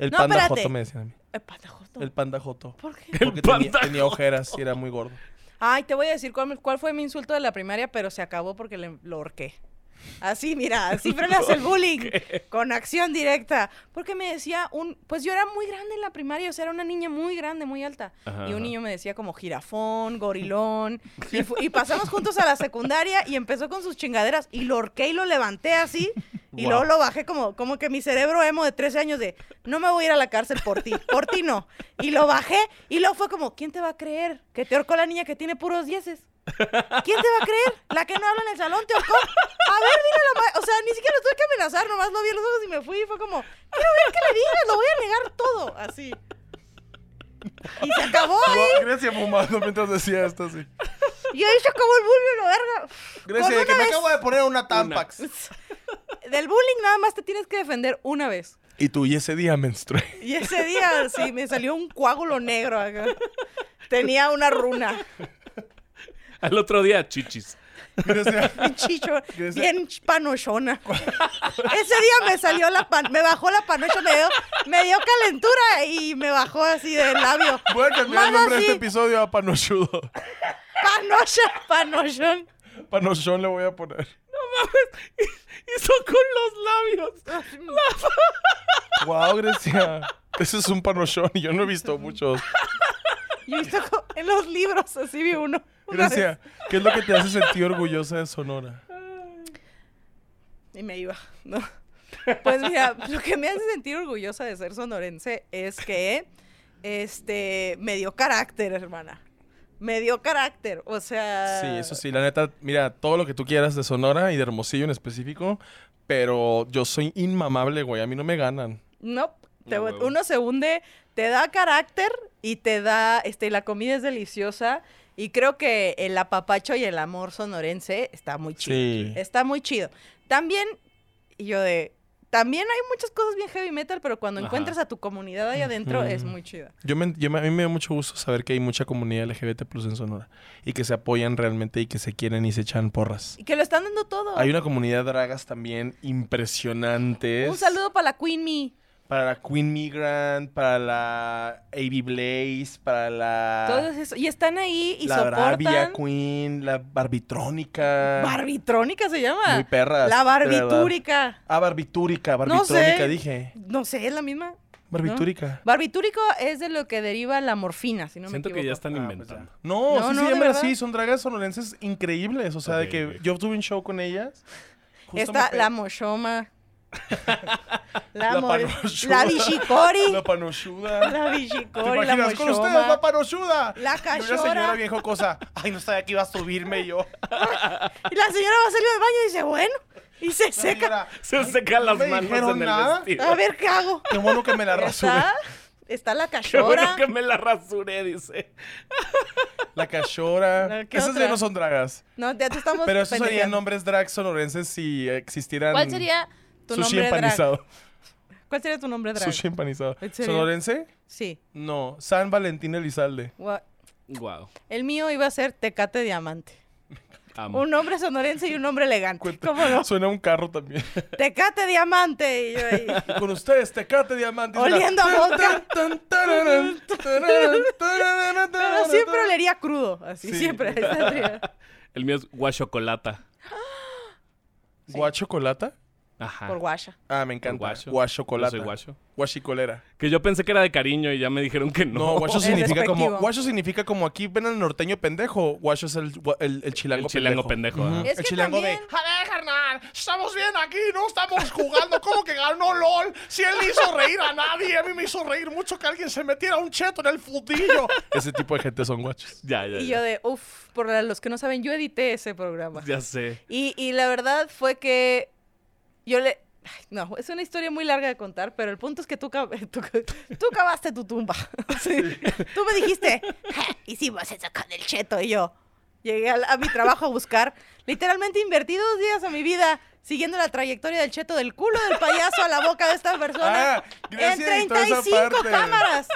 El
No,
panda
espérate.
joto me decían a mí.
El patajoto.
El panda joto.
¿Por qué?
Porque tenía,
panda
tenía ojeras y era muy gordo.
Ay, te voy a decir cuál, cuál fue mi insulto de la primaria, pero se acabó porque le- lo horqué. Así, mira, así frenas el bullying. Con acción directa. Porque me decía un... Pues yo era muy grande en la primaria, o sea, era una niña muy grande, muy alta.
Ajá,
y un
ajá.
niño me decía como jirafón, gorilón. y, fu- y pasamos juntos a la secundaria y empezó con sus chingaderas. Y lo horqué y lo levanté así. Y
Wow.
luego lo bajé como, como que mi cerebro emo de 13 años de... No me voy a ir a la cárcel por ti, por ti no. Y lo bajé y luego fue como... ¿Quién te va a creer que te horcó la niña que tiene puros dieces? ¿Quién te va a creer? La que no habla en el salón te horcó. A ver, dile a la ma- O sea, ni siquiera lo tuve que amenazar, nomás lo vi en los ojos y me fui. Fue como, quiero ver que le digas, lo voy a negar todo. Así. Y se acabó ahí.
Grecia fumando mientras decía esto así.
Y ahí se acabó el bullying, lo verga.
Grecia, de
Con
que
una
me acabo
vez-
de poner una Tampax.
Del bullying nada más te tienes que defender una vez.
Y tú, y ese día menstrué.
Y ese día, sí, me salió un coágulo negro acá. Tenía una runa,
Al otro día, chichis.
Grecia,
un chicho,
Grecia.
bien panochona. Ese día me salió la pan, me bajó la panocha, me dio, me dio calentura y me bajó así del labio.
voy a cambiar el
Mano
nombre de este
así,
episodio a Panochudo.
Panocha, panochón.
Panochón le voy a poner.
Hizo con los
Ah,
labios.
Wow, Grecia. Ese es un panochón y yo no he visto muchos.
Yo he visto co- en los libros, así vi uno. una vez.
Grecia, ¿qué es lo que te hace sentir orgullosa de Sonora?
Y me iba, ¿no? Pues mira, lo que me hace sentir orgullosa de ser sonorense es que, este, me dio carácter, hermana. Me dio carácter, o sea...
Sí, eso sí, la neta, mira, todo lo que tú quieras de Sonora y de Hermosillo en específico, pero yo soy inmamable, güey, a mí no me ganan.
No, te-
No, huevo.
uno se hunde, te da carácter y te da, este, la comida es deliciosa y creo que el apapacho y el amor sonorense está muy chido.
Sí.
Está muy chido. También, y yo de, también hay muchas cosas bien heavy metal, pero cuando
Ajá.
encuentras a tu comunidad ahí adentro es
Ujú.
muy chida.
Yo me, yo me- a mí me da mucho gusto saber que hay mucha comunidad LGBT plus en Sonora y que se apoyan realmente y que se quieren y se echan porras.
Y que lo están dando todo.
Hay una comunidad de dragas también impresionante.
Un saludo para la Queen Me.
Para la Queen Migrant, para la AB Blaze, para la.
Todo eso. Y están ahí y
Ah. la
soportan.
Bravia Queen, la Barbitrónica.
Barbitrónica se llama.
Muy perras.
La
de verdad.
barbitúrica.
Ah, Barbitúrica,
No sé.
Barbitrónica, dije.
No sé, es la misma.
Barbitúrica.
Barbitúrico es de lo que deriva la morfina, si no
Siento
me
que ya
equivoco.
están
Ah, pues
inventando.
ya. no,
No,
sí
no,
se
¿de
llaman
verdad?
así. Son dragas sonorenses increíbles. O sea,
Ok,
de que
ok.
yo tuve un show con ellas Justo
Está
me pe-
la moshoma. la,
La
mor-
panochuda.
la bichicori.
La panochuda.
La
¿Te
bichicori, la
imaginas con ustedes
moshoma.
la panochuda?
La
Y una señora
cachora.
bien jocosa. Ay, no sabía que iba a subirme yo.
Y la señora va a salir del baño y dice, bueno. Y se seca.
Señora,
Se secan las
me
manos
dijeron
en el
nada.
vestido.
Ah,
A ver, ¿qué hago?
qué bueno que me la rasuré.
Está, está la
Qué bueno
cachora.
que me la rasuré, dice.
La cachora.
La- ¿qué
Esas
otra?
ya no son dragas.
No, ya te estamos
Pero esos serían
pendejeando.
nombres drag sonorenses si existieran.
¿Cuál sería tu
sushi
nombre drag?
empanizado?
¿Cuál sería tu nombre drag?
Sushi empanizado.
¿En serio?
¿Sonorense?
Sí.
No. San Valentín Elizalde.
Gua-
Wow.
El mío iba a ser Tecate Diamante.
Amo.
Un nombre sonorense y un nombre elegante.
Cuenta-
¿Cómo no?
Suena un carro también.
Tecate Diamante. Y yo ahí.
Con ustedes, Tecate Diamante.
Oliendo a vodka. Pero
Pero
siempre olería crudo. Así,
Sí.
siempre. Ahí está,
El mío es guachocolata.
¿Guachocolata?
Ajá.
Por guasha.
Ah, me encanta.
guacho.
Guachocolata.
Yo soy guacho.
Guachicolera.
Que yo pensé que era de cariño y ya me dijeron que no.
No, guacho
Es
significa como.
despectivo.
Guacho significa como aquí ven al norteño pendejo. Guacho es el, gua- el, el chilango
El chilango pendejo. ajá.
Ujú.
Es
el
que
chilango de.
también-
A ver, carnal, estamos bien aquí, ¿no? Estamos jugando. ¿Cómo que ganó LOL? Si él hizo reír a nadie, a mí me hizo reír mucho que alguien se metiera un cheto en el fundillo.
Ese tipo de gente son guachos.
Ya, ya.
Y
ya.
yo de, uff, por los que no saben, yo edité ese programa.
Ya sé.
Y, y la verdad fue que yo le... Ay, no, es una historia muy larga de contar, pero el punto es que tú, cava- tú, ca- tú cavaste tu tumba. Sí. Tú me dijiste, "Ja, hicimos eso con el cheto y yo. Llegué al- a, mi trabajo a buscar. Literalmente invertí dos días a mi vida siguiendo la trayectoria del cheto del culo del payaso a la boca de esta persona
Ah,
en
Grecia editó esa
35
parte.
cámaras.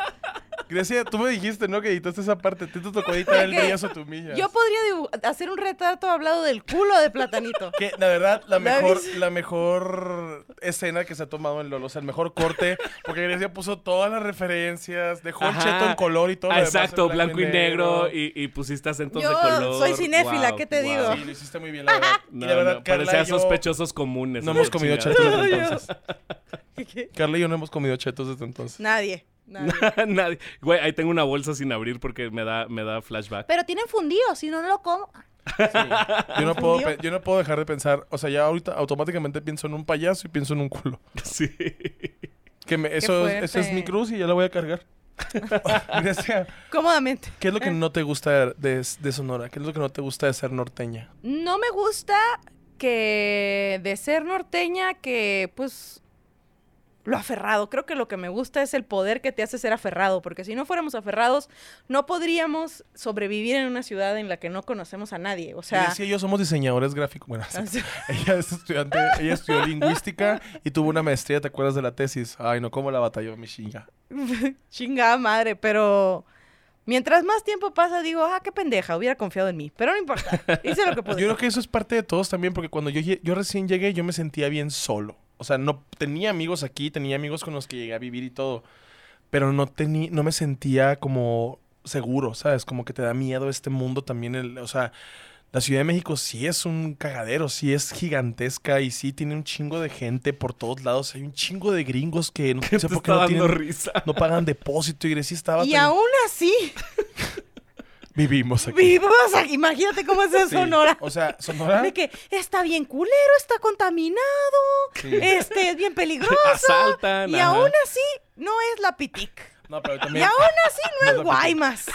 Grecia, tú me dijiste, ¿no? Que editaste esa parte. Te, te tocó editar el
¿Qué?
brillo a tu milla.
Yo podría dibu- hacer un retrato hablado del culo de platanito.
Que la verdad, la
¿La
mejor,
ves?
la mejor escena que se ha tomado en LOL, o sea, el mejor corte, porque Grecia puso todas las referencias, dejó el
Ajá.
cheto en color y todo.
Ah,
lo demás en
Exacto, blanco y negro. Y, y pusiste acentos de
Yo
color.
soy cinéfila,
Guau,
¿qué te
guau.
digo?
Sí, lo hiciste muy bien, la verdad. Y
No,
la verdad,
no,
Carla
parecía
y yo-
sospechosos comunes.
No
esa
hemos comido
chingada.
chetos
Ay,
desde
yo-
entonces. Carla y yo no hemos comido chetos desde entonces.
Nadie, nadie.
Nadie. Güey, ahí tengo una bolsa sin abrir porque me da, me da flashback.
Pero tienen fundido, si no, no lo como.
Yo no, puedo,
¿Confundió?
pe- yo no puedo dejar de pensar, o sea, ya ahorita automáticamente pienso en un payaso y pienso en un culo.
Sí.
Que me- eso, es-
fuerte.
eso es mi cruz y ya la voy a cargar. Grecia,
Cómodamente.
¿qué es lo que no te gusta de, de Sonora? ¿Qué es lo que no te gusta de ser norteña?
No me gusta que de ser norteña, que pues lo aferrado. Creo que lo que me gusta es el poder que te hace ser aferrado, porque si no fuéramos aferrados, no podríamos sobrevivir en una ciudad en la que no conocemos a nadie. O sea, Ah,
Grecia y yo somos diseñadores gráficos. Bueno, sí.
así-
Ella es estudiante, ella estudió lingüística y tuvo una maestría, ¿te acuerdas de la tesis? Ay, no, cómo la batalló mi chinga.
chingada madre, pero mientras más tiempo pasa, digo, ah, qué pendeja, hubiera confiado en mí. Pero no importa, hice lo que
Yo
pude.
creo que eso es parte de todos también, porque cuando yo, lle- yo recién llegué, yo me sentía bien solo. O sea, no tenía amigos aquí, tenía amigos con los que llegué a vivir y todo, pero no, tenía no me sentía como seguro, ¿sabes? Como que te da miedo este mundo también. el- o sea, la Ciudad de México sí es un cagadero, sí es gigantesca y sí tiene un chingo de gente por todos lados. Hay un chingo de gringos que no
Te
sé por qué
está
no
dando
tienen
risa.
no pagan depósito y Grecia estaba
Y
tan-
aún así,
vivimos aquí.
vivos aquí. Imagínate cómo es eso,
Sí.
Sonora.
O sea, Sonora.
De que está bien culero, está contaminado,
Sí.
este es bien peligroso.
Asaltan.
y
ajá.
aún así, no es la pitic.
No, pero
Y
también.
aún así,
No es
no
la
es
Pitic.
Guaymas.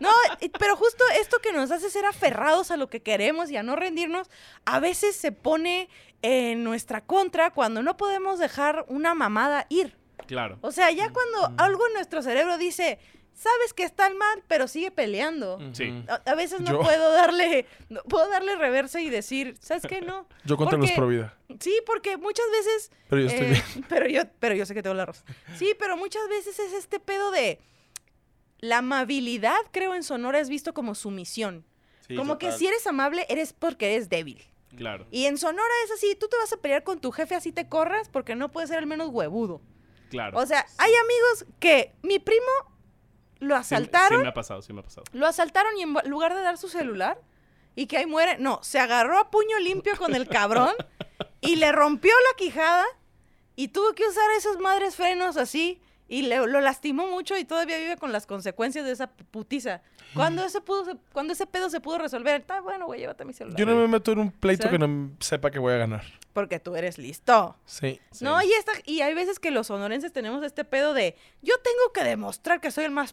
No, y- pero justo esto que nos hace ser aferrados a lo que queremos y a no rendirnos, a veces se pone en nuestra contra cuando no podemos dejar una mamada ir.
Claro.
O sea, ya cuando algo en nuestro cerebro dice, sabes que está mal, pero sigue peleando.
Ujú.
Sí.
A, a veces no
Yo-
puedo darle, no puedo darle reversa y decir, ¿sabes qué? No.
Yo contra los
Porque-
pro vida.
Sí, porque muchas veces.
Pero yo estoy
eh,
bien.
Pero yo, pero yo sé que tengo la razón. Sí, pero muchas veces es este pedo de. La amabilidad, creo, en Sonora es visto como sumisión. como que si eres amable, eres porque eres débil.
Claro.
Y en Sonora es así, tú te vas a pelear con tu jefe así te corras porque no puedes ser el menos huevudo.
Claro.
O sea, hay amigos que mi primo
Sí
lo
me-
asaltaron.
Sí, me ha pasado, sí me ha pasado.
Lo asaltaron y en va- lugar de dar su celular y que ahí muere, no, se agarró a puño limpio con el cabrón y le rompió la quijada y tuvo que usar esos madres frenos así y le- lo lastimó mucho y todavía vive con las consecuencias de esa putiza.
Mm.
¿Cuándo ese, pudo- cuándo ese pedo se pudo resolver? Está bueno, güey, llévate mi celular.
Yo no me meto en un pleito
¿Sí?
que no sepa que voy a ganar.
Porque tú eres listo.
Sí.
No, y, esta, y hay veces que los sonorenses tenemos este pedo de yo tengo que demostrar que soy el más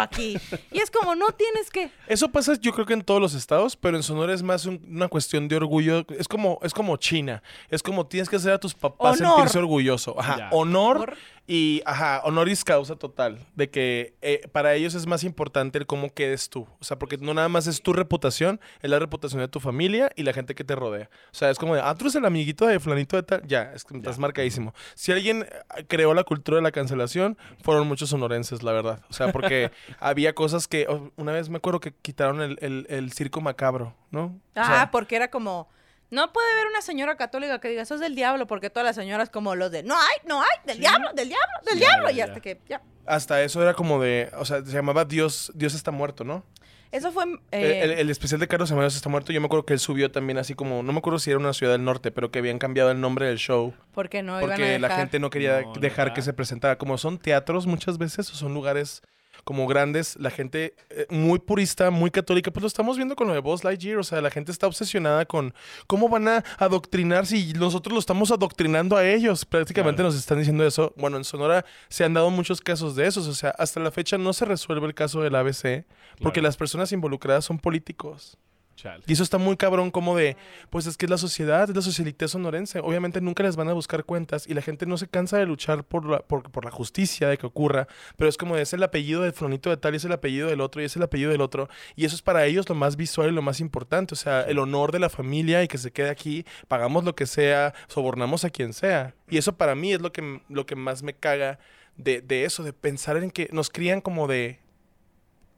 aquí. y es como, no tienes que.
Eso pasa yo creo que en todos los estados, pero en Sonora es más un- una cuestión de orgullo. Es como, es como China. Es como tienes que hacer a tus papás
Honor.
sentirse orgulloso. Ajá,
Ya.
honor
Honor.
y ajá, honoris causa total. De que eh, para ellos es más importante el cómo quedes tú. O sea, porque no nada más es tu reputación, es la reputación de tu familia y la gente que te rodea. O sea, es como de, ah, tú eres el amiguito de flanito de tal. Ya, es que estás marcadísimo. Si alguien eh, creó la cultura de la cancelación, fueron muchos sonorenses, la verdad. O sea, porque había cosas que, oh, una vez me acuerdo que quitaron el, el- el circo macabro, ¿no? O
Ah,
sea,
porque era como. No puede haber una señora católica que diga, sos del diablo, porque todas las señoras como los de, no hay, no hay, del diablo, del diablo, del
Ya,
diablo.
ya,
y
ya.
hasta que, ya.
hasta eso era como de, o sea, se llamaba Dios, Dios está muerto, ¿no?
Eso fue... eh,
El, el- el especial de Carlos Amadeus está muerto. Yo me acuerdo que él subió también así como, no me acuerdo si era una ciudad del norte, pero que habían cambiado el nombre del show
porque no iban a
porque
dejar...
la gente no quería
No, no
dejar que
dejar.
se presentara. Como son teatros muchas veces o son lugares como grandes, la gente eh, muy purista, muy católica, pues lo estamos viendo con lo de Buzz Lightyear, o sea, la gente está obsesionada con cómo van a adoctrinar si nosotros lo estamos adoctrinando a ellos. Prácticamente
Claro.
nos están diciendo eso. Bueno, en Sonora se han dado muchos casos de esos, o sea, hasta la fecha no se resuelve el caso del ABC porque
Claro.
las personas involucradas son políticos.
Chale.
Y eso está muy cabrón, como de, pues es que es la sociedad, es la socialité sonorense. Obviamente nunca les van a buscar cuentas y la gente no se cansa de luchar por la, por, por la justicia de que ocurra. Pero es como de, es el apellido del flonito de tal y es el apellido del otro y es el apellido del otro. Y eso es para ellos lo más visual y lo más importante. O sea, el honor de la familia y que se quede aquí, pagamos lo que sea, sobornamos a quien sea. Y eso para mí es lo que, lo que más me caga de, de eso, de pensar en que nos crían como de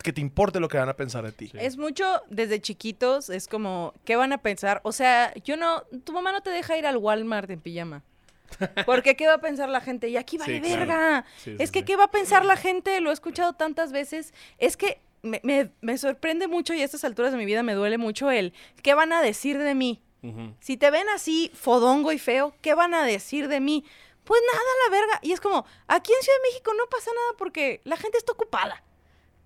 que te importe lo que van a pensar de ti.
Sí.
Es mucho desde chiquitos, es como, ¿qué van a pensar? O sea, yo no, tu mamá no te deja ir al Walmart en pijama. Porque ¿qué va a pensar la gente? Y aquí vale
Sí, claro.
verga.
Sí,
es
sí,
que
sí.
¿qué va a pensar la gente? Lo he escuchado tantas veces. Es que me, me- me sorprende mucho y a estas alturas de mi vida me duele mucho el ¿qué van a decir de mí?
Ujú.
Si te ven así fodongo y feo, ¿qué van a decir de mí? Pues nada, la verga. Y es como, aquí en Ciudad de México no pasa nada porque la gente está ocupada.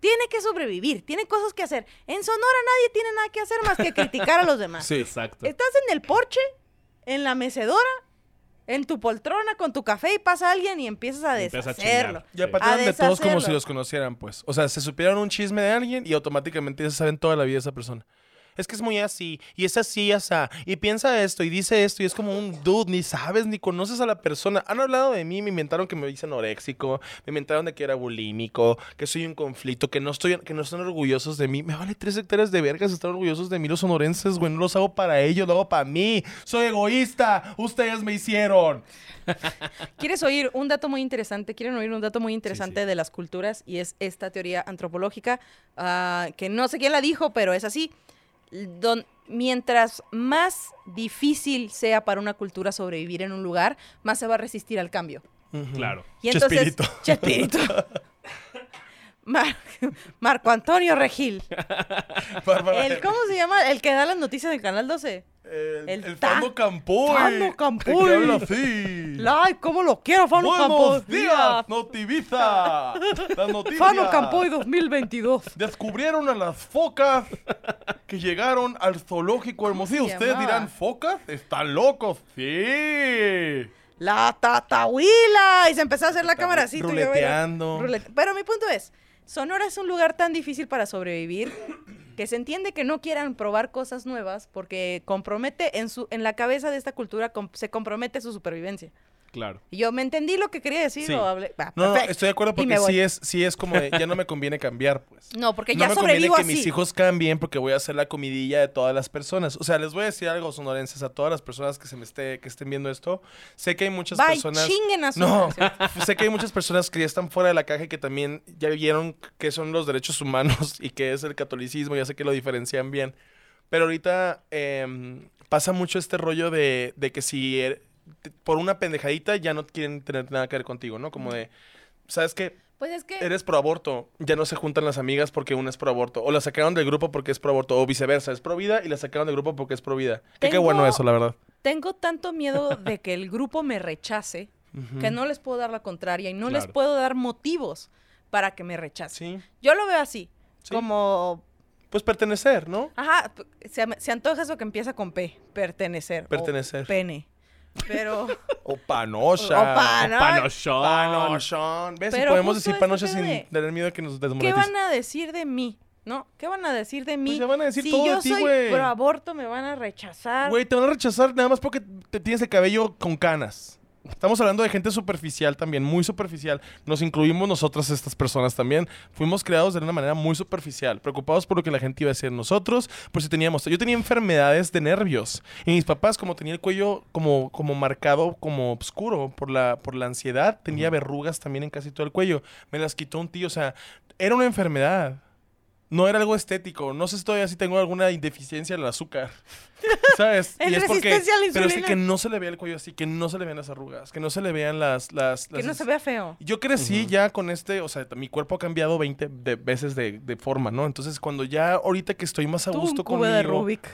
Tiene que sobrevivir, tiene cosas que hacer. En Sonora nadie tiene nada que hacer más que criticar a los demás.
Sí.
Exacto.
Estás en el porche, en la mecedora, en tu poltrona con tu café y pasa alguien y empiezas a
Y empiezas a
deshacerlo.
chingar.
Ya
Sí.
patean
A
de todos como si
deshacerlo.
los conocieran, pues. O sea, se supieron un chisme de alguien y automáticamente ya se saben toda la vida de esa persona. Es que es muy así, y es así, y así, y piensa esto, y dice esto, y es como un dude, ni sabes, ni conoces a la persona. Han hablado de mí, me inventaron que me hice anoréxico, me inventaron de que era bulímico, que soy un conflicto, que no estoy, que no están orgullosos de mí. Me vale tres hectáreas de vergas estar orgullosos de mí los sonorenses, güey, no los hago para ellos, lo hago para mí. Soy egoísta, ustedes me hicieron.
¿Quieres oír un dato muy interesante? ¿Quieren oír un dato muy interesante
sí.
de las culturas? Y es esta teoría antropológica, ah, que no sé quién la dijo, pero es así. Don- mientras más difícil sea para una cultura sobrevivir en un lugar, más se va a resistir al cambio.
Ujú.
Claro.
Y entonces,
Chespirito.
Chespirito. Mar- Marco Antonio Regil.
Bárbara.
El, ¿Cómo se llama? El que da las noticias del Canal 12.
El,
El
el
ta-
Fano Campoy.
Fano
el que
Campoy.
habla así.
¡Ay, cómo lo quiero, Fano
Buenos
Campoy!
días, Notiviza. Las noticias.
Fano Campoy 2022.
Descubrieron a las focas que llegaron al zoológico Hermosillo.
se
Ustedes
llamaba?
dirán, ¿focas? Están locos. Sí.
¡La tatahuila! Y se empezó a hacer la cámara así. tú y yo, bueno,
Ruleteando.
rulete- Pero mi punto es, Sonora es un lugar tan difícil para sobrevivir que se entiende que no quieran probar cosas nuevas porque compromete en, su, en la cabeza de esta cultura, com- se compromete su supervivencia.
Claro.
Y yo me entendí lo que quería decir.
Sí.
lo hablé- va,
No, no,
perfecto.
estoy de acuerdo
Y
porque
me voy.
sí es, sí es como de, ya no me conviene cambiar, pues.
No, porque
no
ya
me conviene
sobrevivo
que
así.
mis hijos cambien porque voy a hacer la comidilla de todas las personas. O sea, les voy a decir algo sonorenses a todas las personas que se me esté que estén viendo esto. Sé que hay muchas
Bye,
personas
chinguen a su
No, sé que hay muchas personas que ya están fuera de la caja y que también ya vieron qué son los derechos humanos y qué es el catolicismo, ya sé que lo diferencian bien. Pero ahorita em, pasa mucho este rollo de, de que si er- te- por una pendejadita ya no quieren tener nada que ver contigo, ¿no? Como de, ¿sabes qué?
Pues es que...
Eres pro aborto, ya no se juntan las amigas porque una es pro aborto, o la sacaron del grupo porque es pro aborto, o viceversa, es pro vida y la sacaron del grupo porque es pro vida. Que Qué
Tengo-
bueno eso, la verdad.
Tengo tanto miedo de que el grupo me rechace que no les puedo dar la contraria y no les
Claro.
puedo dar motivos para que me rechacen.
Sí.
Yo lo veo así. como
Pues pertenecer, ¿no?
Ajá, p- se, am- se antoja eso que empieza con P, pertenecer. o
Pertenecer.
pene. Pero.
O panocha.
Opa, ¿no?
Panochón.
Panochón. ¿Ves? Si
Pero
podemos
justo
decir
este
panocha
pedo
sin
de-
tener miedo a que nos
¿Qué
desmoneticen.
van a decir de mí? ¿No? ¿Qué van a decir de mí?
Pues ya van a decir
si
todo de
yo
ti,
soy
güey.
pro aborto, me van a rechazar.
Güey, te van a rechazar nada más porque te tienes el cabello con canas. Estamos hablando de gente superficial también, muy superficial. Nos incluimos nosotras, estas personas también. Fuimos creados de una manera muy superficial, preocupados por lo que la gente iba a decir de nosotros, por si teníamos... Yo tenía enfermedades de nervios. Y mis papás, como tenía el cuello como, como marcado, como oscuro por la, por la ansiedad, tenía verrugas también en casi todo el cuello. Me las quitó un tío, o sea, era una enfermedad. No era algo estético. No sé si todavía si tengo alguna deficiencia en el azúcar. ¿Sabes?
Es resistencia a la
Pero sí
insulina.
que no se le vea el cuello así, que no se le vean las arrugas, que no se le vean las... las,
que
las-
no se vea feo.
Yo crecí ya con este, o sea, mi cuerpo ha cambiado 20 de- veces de, de forma, ¿no? Entonces, cuando ya ahorita que estoy más a
Tú, un
gusto
cubo
conmigo...
de Rubik.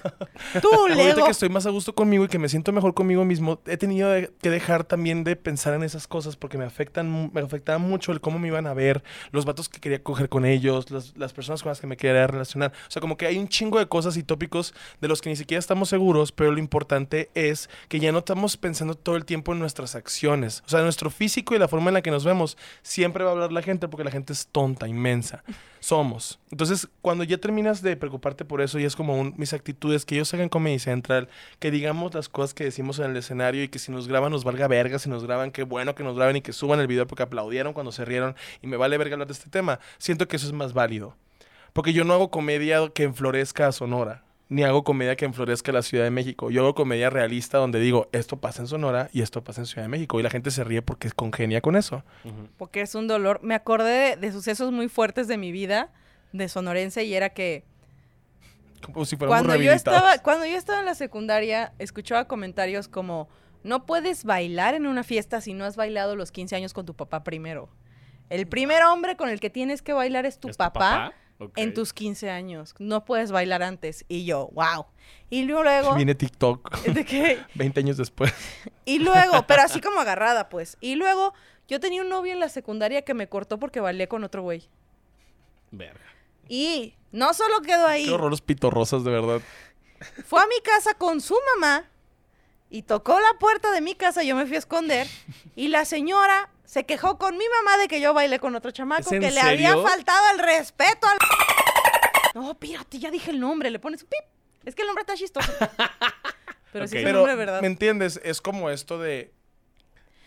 Tú,
Ahorita
Lego.
que estoy más a gusto conmigo y que me siento mejor conmigo mismo, he tenido de- que dejar también de pensar en esas cosas porque me afectan, mu- me afectaba mucho el cómo me iban a ver, los vatos que quería coger con ellos, las, las personas con las que me quería relacionar. O sea, como que hay un chingo de cosas y tópicos de los que ni siquiera estamos seguros, pero lo importante es que ya no estamos pensando todo el tiempo en nuestras acciones. O sea, nuestro físico y la forma en la que nos vemos siempre va a hablar la gente porque la gente es tonta, inmensa somos. Entonces, cuando ya terminas de preocuparte por eso y es como un- mis actitudes, que ellos hagan Comedy Central, que digamos las cosas que decimos en el escenario y que si nos graban nos valga verga, si nos graban, qué bueno que nos graben y que suban el video porque aplaudieron cuando se rieron y me vale verga hablar de este tema. Siento que eso es más válido. Porque yo no hago comedia que enflorezca a Sonora, ni hago comedia que enflorezca a la Ciudad de México. Yo hago comedia realista donde digo, esto pasa en Sonora y esto pasa en Ciudad de México. Y la gente se ríe porque congenia con eso.
porque es un dolor. Me acordé de, de sucesos muy fuertes de mi vida, de sonorense, y era que
Como si fuéramos
cuando yo
rehabilitados.
estaba cuando yo estaba en la secundaria escuchaba comentarios como no puedes bailar en una fiesta si no has bailado los 15 años con tu papá primero. El primer hombre con el que tienes que bailar es tu
¿Es tu
papá,
Ok.
en tus 15 años. No puedes bailar antes y yo, wow. Y luego
Viene TikTok.
de que
20 años después.
y luego, pero así como agarrada, pues. Y luego yo tenía un novio en la secundaria que me cortó porque bailé con otro güey.
Verga.
Y no solo quedó ahí.
Qué horror los pitorrosas, de verdad.
Fue a mi casa con su mamá y tocó la puerta de mi casa, yo me fui a esconder y la señora se quejó con mi mamá de que yo bailé con otro chamaco
¿Es en
que le había
serio?
faltado el respeto al No, espérate, ya dije el nombre, le pones un pip. Es que el nombre está chistoso. Pero sí
Ok.
es un
Pero,
nombre, ¿verdad?
¿me entiendes? Es como esto de...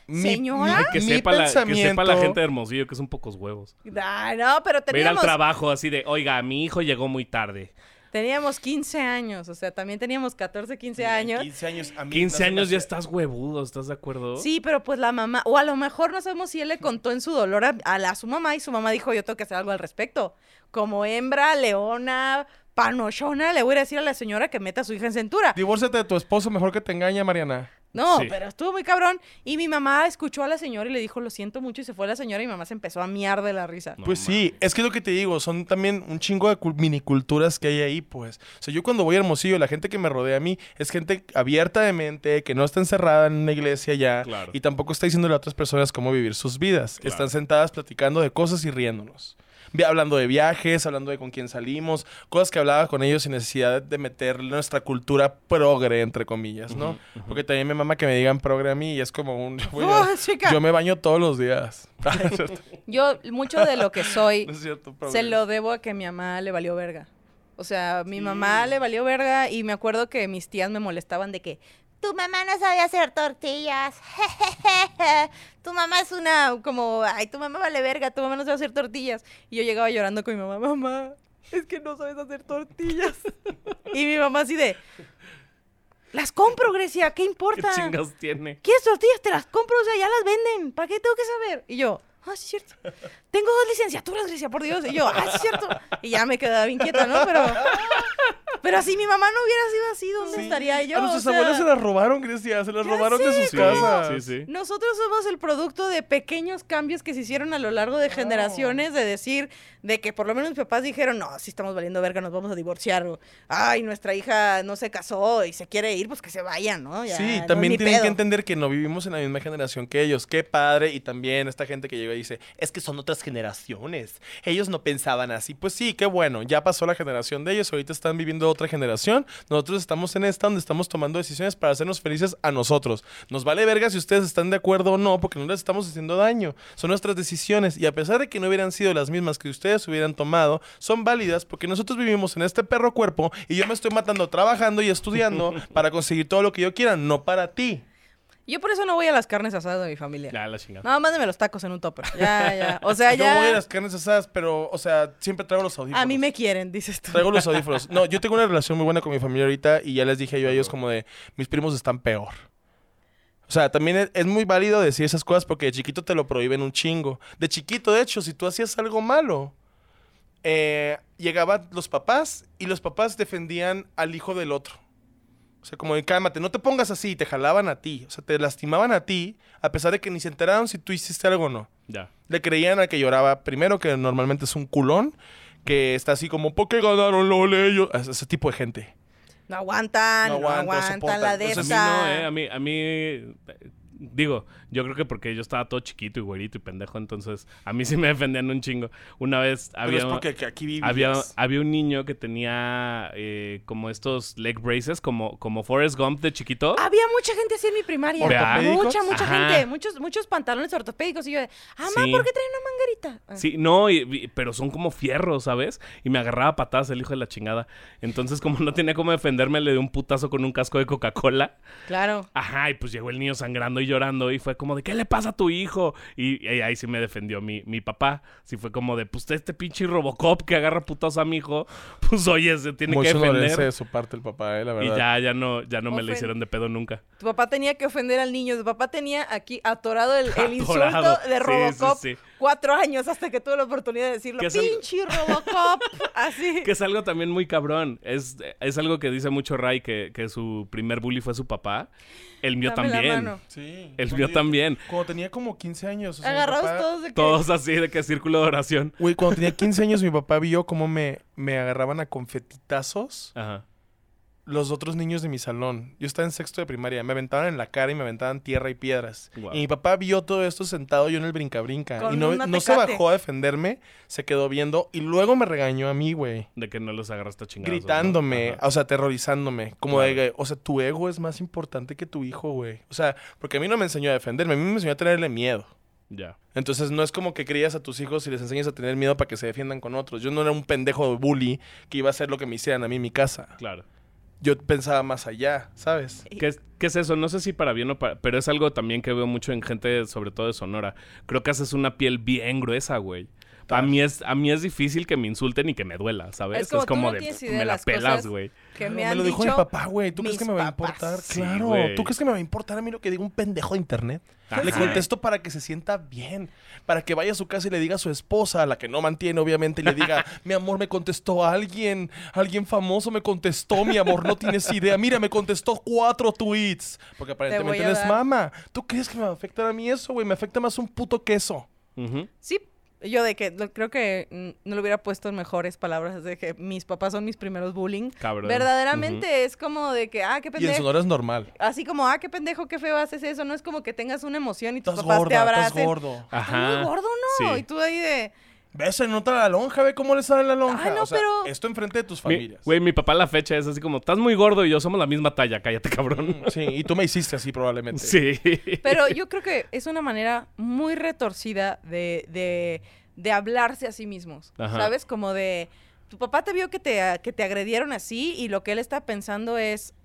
Señora.
Que
mi
sepa, la, que sepa la
pensamiento-
gente de Hermosillo que son pocos huevos.
Ah, no, pero
Va a ir al
teníamos
trabajo así de, oiga, mi hijo llegó muy tarde.
teníamos 15 años, o sea, también teníamos 14, 15 años.
15 años. a mí
15
no se me
años ya
hace-
estás huevudo, ¿estás de acuerdo?
Sí, pero pues la mamá, o a lo mejor no sabemos si él le contó en su dolor a, a la- a su mamá y su mamá dijo, yo tengo que hacer algo al respecto. Como hembra, leona, panochona, le voy a decir a la señora que meta a su hija en cintura.
Divórciate de tu esposo, mejor que te engaña, Mariana.
No,
Sí.
pero estuvo muy cabrón. Y mi mamá escuchó a la señora y le dijo, lo siento mucho, y se fue la señora y mi mamá se empezó a miar de la risa.
No
pues sí, es que es lo que te digo, son también un chingo de cul- miniculturas que hay ahí, pues. O sea, yo cuando voy a Hermosillo, la gente que me rodea a mí es gente abierta de mente, que no está encerrada en una iglesia ya
Claro.
y tampoco está diciéndole a otras personas cómo vivir sus vidas.
Claro.
Están sentadas platicando de cosas y riéndonos. Vi- Hablando de viajes, hablando de con quién salimos, cosas que hablaba con ellos sin necesidad de meter nuestra cultura progre, entre comillas, ¿no? Porque también me mama que me digan progre a mí y es como un... güey,
Oh,
yo-
chica.
yo me baño todos los días. Ah, no es cierto.
Yo mucho de lo que soy
No es cierto,
se
progre.
lo debo a que mi mamá le valió verga. O sea, mi mamá le valió verga y me acuerdo que mis tías me molestaban de que tu mamá no sabe hacer tortillas. tu mamá es una como, ay, tu mamá vale verga, tu mamá no sabe hacer tortillas. Y yo llegaba llorando con mi mamá, mamá, es que no sabes hacer tortillas. y mi mamá así de, las compro, Grecia, ¿qué
¿Qué
importa?
chingas tiene?
¿Quieres tortillas? Te las compro, o sea, ya las venden. ¿Para qué tengo que saber? Y yo, ah, sí, es cierto. Tengo dos licenciaturas, Grecia, por Dios. Y yo, ah, sí, es cierto. Y ya me quedaba bien quieta, ¿no? Pero, Pero si mi mamá no hubiera sido así, ¿dónde
Sí.
estaría yo?
A nuestras
O sea,
abuelas se las robaron, Grecia. Se las
ya
robaron de
sé,
sus
Sí,
casas.
sí, sí.
Nosotros somos el producto de pequeños cambios que se hicieron a lo largo de generaciones, de decir, de que por lo menos mis papás dijeron, no, si estamos valiendo verga, nos vamos a divorciar, o, ay, nuestra hija no se casó y se quiere ir, pues que se vaya, ¿no? Ya, no
Sí,
es
también
mi
tienen que
pedo".
entender que no vivimos en la misma generación que ellos. Qué padre. Y también esta gente que llega y dice, es que son otras generaciones. Ellos no pensaban así. Pues sí, qué bueno. Ya pasó la generación de ellos. Ahorita están viviendo otra generación. Nosotros estamos en esta donde estamos tomando decisiones para hacernos felices a nosotros. Nos vale verga si ustedes están de acuerdo o no, porque no les estamos haciendo daño. Son nuestras decisiones. Y a pesar de que no hubieran sido las mismas que ustedes hubieran tomado, son válidas porque nosotros vivimos en este perro cuerpo y yo me estoy matando trabajando y estudiando para conseguir todo lo que yo quiera, no para ti.
Yo por eso no voy a las carnes asadas de mi familia.
Ya, la chingada.
No, mándeme los tacos en un topper. Ya, ya. O sea,
Yo voy a
ya.
las carnes asadas, pero, o sea, siempre traigo los audífonos.
A mí me quieren, dices tú.
Traigo los audífonos. No, yo tengo una relación muy buena con mi familia ahorita y ya les dije yo a ellos como de, mis primos están peor. O sea, también es, es muy válido decir esas cosas porque de chiquito te lo prohíben un chingo. De chiquito, de hecho, si tú hacías algo malo, eh, llegaban los papás y los papás defendían al hijo del otro. O sea, como de cálmate, no te pongas así, te jalaban a ti. O sea, te lastimaban a ti a pesar de que ni se enteraron si tú hiciste algo o no.
Ya.
Le creían al que lloraba primero, que normalmente es un culón, que está así como, ¿por qué ganaron los ellos? Es- Ese tipo de gente.
No aguantan,
No
no
aguantan,
aguantan,
soportan.
la de
Pues
Pues a mí
esa.
no, ¿eh? A mí, a mí, eh, digo, yo creo que porque yo estaba todo chiquito y güerito y pendejo, entonces a mí sí me defendían un chingo. Una vez
Pero
había,
es porque que aquí vivías.
había, había un niño que tenía eh, como estos leg braces, como, como Forrest Gump de chiquito.
Había mucha gente así en mi primaria.
¿Ortopédicos?
Mucha, mucha
Ajá.
gente. Muchos, muchos pantalones ortopédicos. Y yo de, ah, ma,
Sí.
¿por qué traen una manguerita? Ah.
Sí, no, y- y- pero son como fierros, ¿sabes? Y me agarraba a patadas el hijo de la chingada. Entonces, como no tenía cómo defenderme, le di un putazo con un casco de Coca-Cola.
Claro.
Ajá, y pues llegó el niño sangrando y llorando y fue como de, ¿qué le pasa a tu hijo? Y, y ahí sí me defendió mi, mi papá. Sí fue como de, pues este pinche Robocop que agarra putas a mi hijo, pues oye, se tiene
Muy
que
sonorense de
defender.
su parte el papá, eh, la
Y
verdad.
ya, ya no, ya no me
Ofen-
lo hicieron de pedo nunca.
Tu papá tenía que ofender al niño. Tu papá tenía aquí atorado el, el
Atorado.
insulto de
Sí,
Robocop.
sí, sí.
Cuatro años hasta que tuve la oportunidad de decirlo.
Que es el-
¡Pinche Robocop! Así.
Que es algo también muy cabrón. Es, es algo que dice mucho Ray, que, que su primer bully fue su papá. El mío
Dame la
también.
mano.
Sí.
El
Cuando
mío
yo-
también.
Cuando tenía como 15 años. o sea, mi
Agarrados
papá-
todos de que...
Todos así de que círculo de oración.
Güey, cuando tenía 15 años, mi papá vio cómo me, me agarraban a confetitazos
Ajá.
los otros niños de mi salón. Yo estaba en sexto de primaria. Me aventaban en la cara y me aventaban tierra y piedras.
Guau.
Y mi papá vio todo esto sentado yo en el brincabrinca.
Con
Y no,
una
no se
Tecate.
bajó a defenderme, se quedó viendo y luego me regañó a mí, güey.
De que no los agarraste a chingados. ¿no?
Gritándome,
Ajá.
o sea, aterrorizándome. Como de,
Claro.
que, o sea, tu ego es más importante que tu hijo, güey. O sea, porque a mí no me enseñó a defenderme, a mí me enseñó a tenerle miedo.
Ya.
Entonces no es como que crías a tus hijos y les enseñes a tener miedo para que se defiendan con otros. Yo no era un pendejo bully que iba a hacer lo que me hicieran a mí en mi casa.
Claro.
Yo pensaba más allá, ¿sabes?
Y-
¿Qué es, qué es eso? No sé si para bien o para... Pero es algo también que veo mucho en gente, sobre todo de Sonora. Creo que haces una piel bien gruesa, güey. A mí, es, a mí es difícil que me insulten y que me duela, ¿sabes?
Es como, tú no
de...
tienes idea
me
de
la
las
pelas,
cosas
güey.
Que me
me
han
lo dijo mi
dicho.
papá, güey. ¿Tú crees
mis
que me va a
papás.
importar?
Sí,
claro.
güey.
¿Tú crees que me va a importar a mí lo que diga un pendejo de internet?
Ajá.
Le contesto para que se sienta bien. Para que vaya a su casa y le diga a su esposa, a la que no mantiene, obviamente, y le diga: Mi amor, me contestó alguien. Alguien famoso me contestó, mi amor. No tienes idea. Mira, me contestó cuatro tweets. Porque aparentemente
a
eres
dar.
mama. ¿Tú crees que me va a afectar a mí eso, güey? Me afecta más un puto queso.
Ujú.
Sí, yo de que lo- creo que mm, no lo hubiera puesto en mejores palabras de que mis papás son mis primeros bullying.
Cabrón.
Verdaderamente es como de que, ah, qué
Y en
pendejo.
Sonora es normal.
Así como, ah, qué pendejo, qué feo haces eso. No es como que tengas una emoción y tus
Estás
papás te
gorda, estás
abracen.
gordo.
Ajá.
Ajá.
muy gordo, ¿no?
Sí.
Y tú ahí de,
Ves, se nota la lonja, ve cómo le sale la lonja.
Ay, no,
O sea,
pero-
Esto enfrente de tus
Mi-
familias.
Güey, mi papá a la fecha es así como... Estás muy gordo y yo somos la misma talla. Cállate, cabrón.
Sí, y tú me hiciste así probablemente.
Sí.
Pero yo creo que es una manera muy retorcida de, de, de hablarse a sí mismos.
Ajá.
¿Sabes? Como de. Tu papá te vio que te, a- que te agredieron así y lo que él está pensando es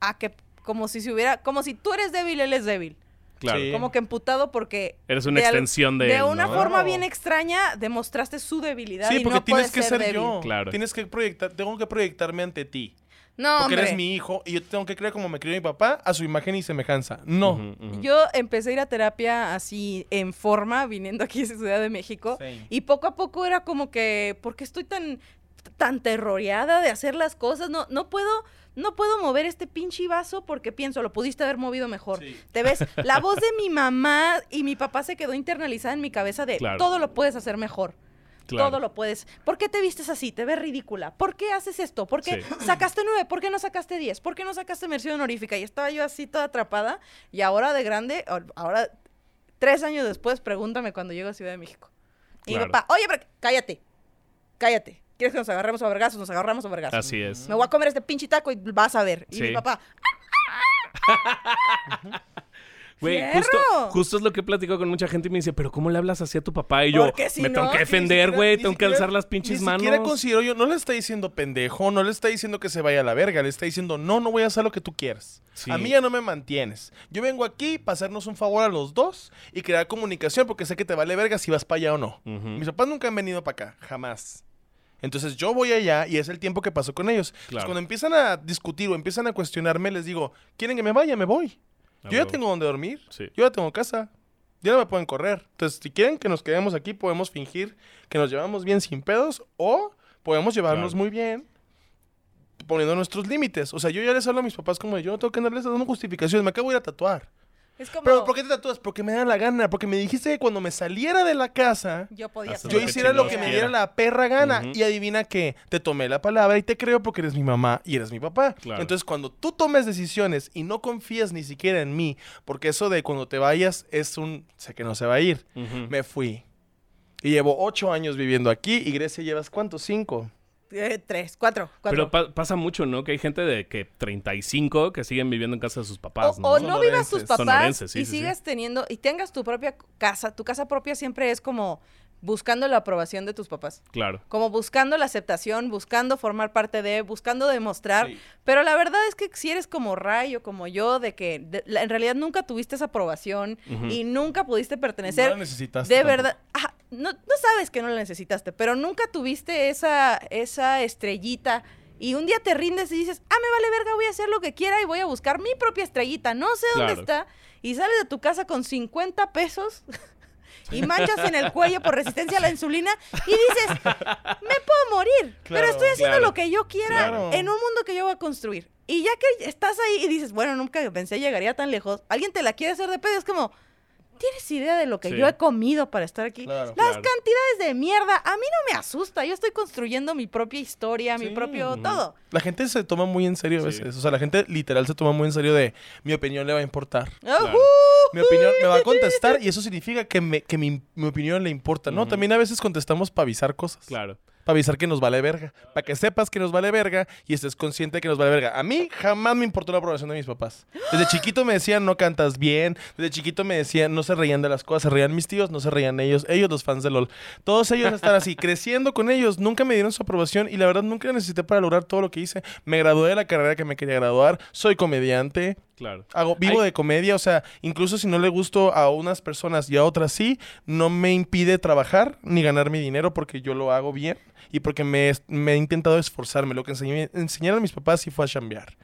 a que como si se hubiera, como si tú eres débil, él es débil.
Claro.
Sí.
Como que emputado porque
Eres una
al-
extensión de él,
una
¿no?
forma
Claro.
bien extraña demostraste su debilidad
Sí,
y
porque
no
tienes
puedes
que ser,
débil.
yo.
Claro.
Tienes que proyectar, tengo que proyectarme ante ti.
No,
Porque eres
hombre.
mi hijo y yo tengo que creer como me crió mi papá a su imagen y semejanza. No.
Ujú, ujú.
Yo empecé a ir a terapia así en forma, viniendo aquí a Ciudad de México.
Same.
Y poco a poco era como que, ¿por qué estoy tan, tan terroreada de hacer las cosas. No, no puedo. No puedo mover este pinche vaso porque pienso, lo pudiste haber movido mejor.
Sí.
Te ves, la voz de mi mamá y mi papá se quedó internalizada en mi cabeza de
Claro.
todo lo puedes hacer mejor.
Claro.
Todo lo puedes. ¿Por qué te vistes así? Te ves ridícula. ¿Por qué haces esto? ¿Por qué
Sí.
sacaste nueve? ¿Por qué no sacaste diez? ¿Por qué no sacaste mención honorífica? Y estaba yo así toda atrapada. Y ahora de grande, ahor- ahora tres años después, pregúntame cuando llego a Ciudad de México. Y mi
Claro.
papá, oye, pero cállate, cállate. ¿Quieres que nos agarremos a vergazos? Nos agarramos a vergazos.
Así es.
Me voy a comer este pinche taco y vas a ver. Y
Sí.
mi papá,
Güey,
¡Fierro!
justo, justo es lo que he platicado con mucha gente y me dice, pero ¿cómo le hablas así a tu papá? Y yo,
Porque si
me
no,
tengo que
ni
defender,
siquiera-
güey,
ni
tengo que
siquiera-
alzar las pinches manos.
Ni siquiera considero yo, no le está diciendo pendejo, no le está diciendo que se vaya a la verga, le está diciendo, no, no voy a hacer lo que tú quieras.
Sí.
A mí ya no me mantienes. Yo vengo aquí para hacernos un favor a los dos y crear comunicación porque sé que te vale verga si vas para allá o no.
Ujú.
Mis papás nunca han venido para acá, jamás. Entonces yo voy allá y es el tiempo que pasó con ellos. Entonces,
Claro.
cuando empiezan a discutir o empiezan a cuestionarme, les digo, ¿quieren que me vaya? Me voy.
A
Yo ya
huevo.
tengo donde dormir.
Sí.
Yo ya tengo casa. Ya no me pueden correr. Entonces, si quieren que nos quedemos aquí, podemos fingir que nos llevamos bien sin pedos o podemos llevarnos
Claro.
muy bien poniendo nuestros límites. O sea, yo ya les hablo a mis papás como de, yo no tengo que andarles dando justificaciones. Me acabo de ir a tatuar.
es como
Pero ¿por qué te tatúas? Porque me da la gana. Porque me dijiste que cuando me saliera de la casa,
yo podía
Haces
hacer
yo
lo que
hiciera lo
chingados
que me
quiera.
diera la perra gana.
Ujú.
Y adivina que te tomé la palabra y te creo porque eres mi mamá y eres mi papá.
Claro.
Entonces, cuando tú tomes decisiones y no confías ni siquiera en mí, porque eso de cuando te vayas es un sé que no se va a ir.
Ujú.
Me fui. Y llevo ocho años viviendo aquí y Grecia llevas cuántos? Cinco.
Eh, tres, cuatro,
Pero
cuatro.
pa- pasa mucho, ¿no? Que hay gente de que 35 que siguen viviendo en casa de sus
O,
papás, ¿no?
o no vivas tus
Sonorenses.
papás
Sonorenses, sí,
y
sí, sí.
sigas teniendo y tengas tu propia casa. Tu casa propia siempre es como buscando la aprobación de tus papás.
Claro.
Como buscando la aceptación, buscando formar parte de, buscando demostrar.
Sí.
Pero la verdad es que si eres como Ray o como yo, de que de- la- en realidad nunca tuviste esa aprobación
Ujú.
y nunca pudiste
No la
pertenecer.
necesitaste.
de
tampoco.
verdad, ajá, no, no sabes que no la necesitaste, pero nunca tuviste esa, esa estrellita. Y un día te rindes y dices, ah, me vale verga, voy a hacer lo que quiera y voy a buscar mi propia estrellita, no sé dónde
Claro.
está. Y sales de tu casa con 50 pesos y manchas en el cuello por resistencia a la insulina y dices, me puedo morir, pero
Claro,
estoy haciendo
claro.
lo que yo quiera
Claro.
en un mundo que yo voy a construir. Y ya que estás ahí y dices, bueno, nunca pensé llegaría tan lejos, alguien te la quiere hacer de pedo, es como, ¿tienes idea de lo que
Sí.
yo he comido para estar aquí?
Claro.
Las
Claro.
cantidades de mierda, a mí no me asusta, yo estoy construyendo mi propia historia, mi
Sí,
propio
ujú.
todo.
La gente se toma muy en serio a
Sí.
veces. O sea, la gente literal se toma muy en serio de mi opinión le va a importar.
Ujú.
mi opinión me va a contestar y eso significa que, me- que mi, mi opinión le importa, ¿no?
Ujú.
También a veces contestamos para avisar cosas.
Claro.
Para avisar que nos vale verga. Para que sepas que nos vale verga y estés consciente de que nos vale verga. A mí jamás me importó la aprobación de mis papás. Desde chiquito me decían, no cantas bien. Desde chiquito me decían, no se reían de las cosas. Se reían mis tíos, no se reían ellos. Ellos, los fans de LOL. Todos ellos están así. creciendo con ellos, nunca me dieron su aprobación y la verdad nunca la necesité para lograr todo lo que hice. Me gradué de la carrera que me quería graduar. Soy comediante.
Claro.
Hago, vivo
Ay.
de comedia, o sea, incluso si no le gusto a unas personas y a otras sí, no me impide trabajar ni ganar mi dinero porque yo lo hago bien y porque me, es- me he intentado esforzarme. Lo que enseñé, enseñaron mis papás sí fue a chambear.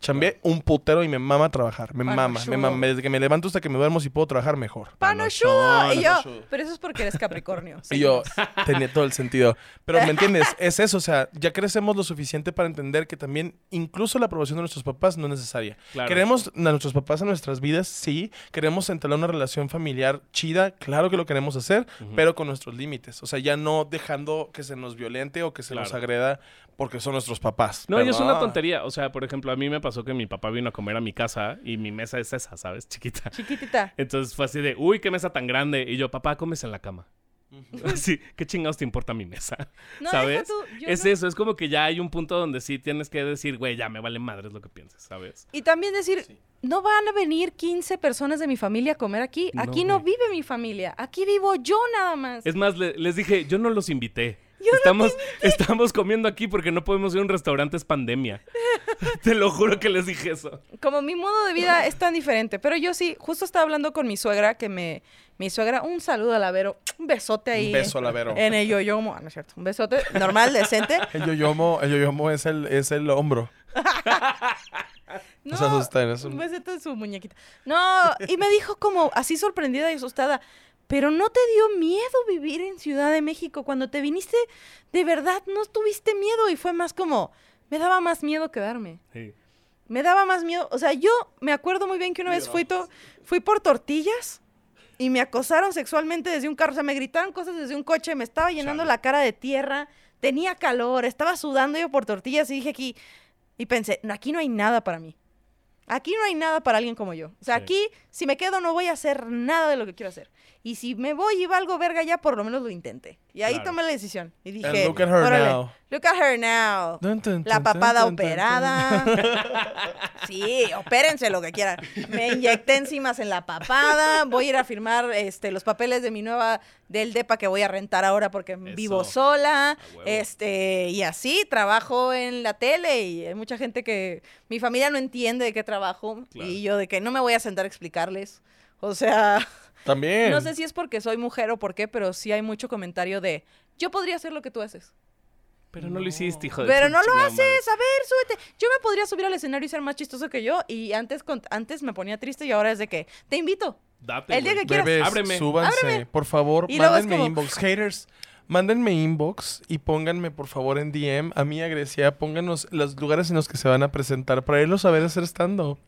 Chambeé un putero y me mama trabajar, me mama, me
Panochudo.
mama. Desde que me levanto hasta que me duermo si puedo trabajar mejor.
Panochudo. Y yo,
Panochudo.
pero eso es porque eres Capricornio.
Y yo tenía todo el sentido. Pero ¿me entiendes? Es eso, o sea, ya crecemos lo suficiente para entender que también incluso la aprobación de nuestros papás no es necesaria.
Claro.
¿Queremos a nuestros papás en nuestras vidas? Sí. ¿Queremos entablar una relación familiar chida? Claro que lo queremos hacer, pero con nuestros límites. O sea, ya no dejando que se nos violente o que se nos
Claro.
agreda porque son nuestros papás.
No, y es una
Perdón.
tontería. O sea, por ejemplo, a mí me pasó que mi papá vino a comer a mi casa y mi mesa es esa, ¿sabes? Chiquita.
Chiquitita.
Entonces fue así de, uy, qué mesa tan grande. Y yo, papá, comes en la cama. Sí, ¿qué chingados te importa mi mesa?
No,
¿Sabes?
deja tú, yo
es
no-
eso, es como que ya hay un punto donde sí tienes que decir, güey, ya me vale madres lo que pienses, ¿sabes?
Y también decir, no van a venir 15 personas de mi familia a comer aquí.
No,
Aquí no,
güey.
vive mi familia. Aquí vivo yo nada más.
Es más, le- les dije, yo no los invité. estamos, estamos comiendo aquí porque no podemos ir a un restaurante, es pandemia. Te lo juro que les dije eso.
Como mi modo de vida es tan diferente. Pero yo sí, justo estaba hablando con mi suegra, que me. Mi suegra, un saludo a la Vero, un besote ahí.
Un beso a la Vero.
En el yoyomo, Ah, no es cierto. Un besote normal, decente.
El yoyomo, el yoyomo es el, es el hombro.
No, pues,
se asustan, es un-
un besito en su muñequita. No, y me dijo como así sorprendida y asustada. Pero no te dio miedo vivir en Ciudad de México. Cuando te viniste, de verdad no tuviste miedo y fue más como, me daba más miedo quedarme.
Sí.
Me daba más miedo. O sea, yo me acuerdo muy bien que una vez fui, to- fui por tortillas y me acosaron sexualmente desde un carro. O sea, me gritaron cosas desde un coche, me estaba llenando la cara de tierra, tenía calor, estaba sudando yo por tortillas y dije aquí. Y pensé, no, aquí no hay nada para mí. Aquí no hay nada para alguien como yo. O sea,
Sí.
aquí, si me quedo, no voy a hacer nada de lo que quiero hacer. Y si me voy y valgo verga, ya por lo menos lo intenté. Y ahí
Claro.
tomé la decisión. Y dije,
And look at her
"Órale,
now."
Look at her now.
Dun, dun,
La
dun, dun,
papada
dun, dun,
operada. Sí, opérense lo que quieran. Me inyecté enzimas en la papada. Voy a ir a firmar este, los papeles de mi nueva del DEPA que voy a rentar ahora porque vivo sola.
huevo.
Este, y así trabajo en la tele y hay mucha gente que mi familia no entiende de qué trabajo
Claro.
y yo de que no me voy a sentar a explicarles. O sea,
Em.
También.
no sé si es porque soy mujer o por qué, pero sí hay mucho comentario de yo podría hacer lo que tú haces.
Pero no, lo hiciste, hijo de
Pero
tu
no lo
chingada
haces, "Pues, a ver, súbete. Yo me podría subir al escenario y ser más chistoso que yo. Y antes, con- antes me ponía triste y ahora es de que te invito.
madre. Date,
El día
güey.
que quieras.
Bebés,
Ábreme.
súbanse.
Ábreme.
Por favor,
Y luego es
mándenme
como-
inbox. Haters, mándenme inbox y pónganme, por favor, en DM a mí, a Grecia. Pónganos los lugares en los que se van a presentar para irlos a ver hacer stand-up.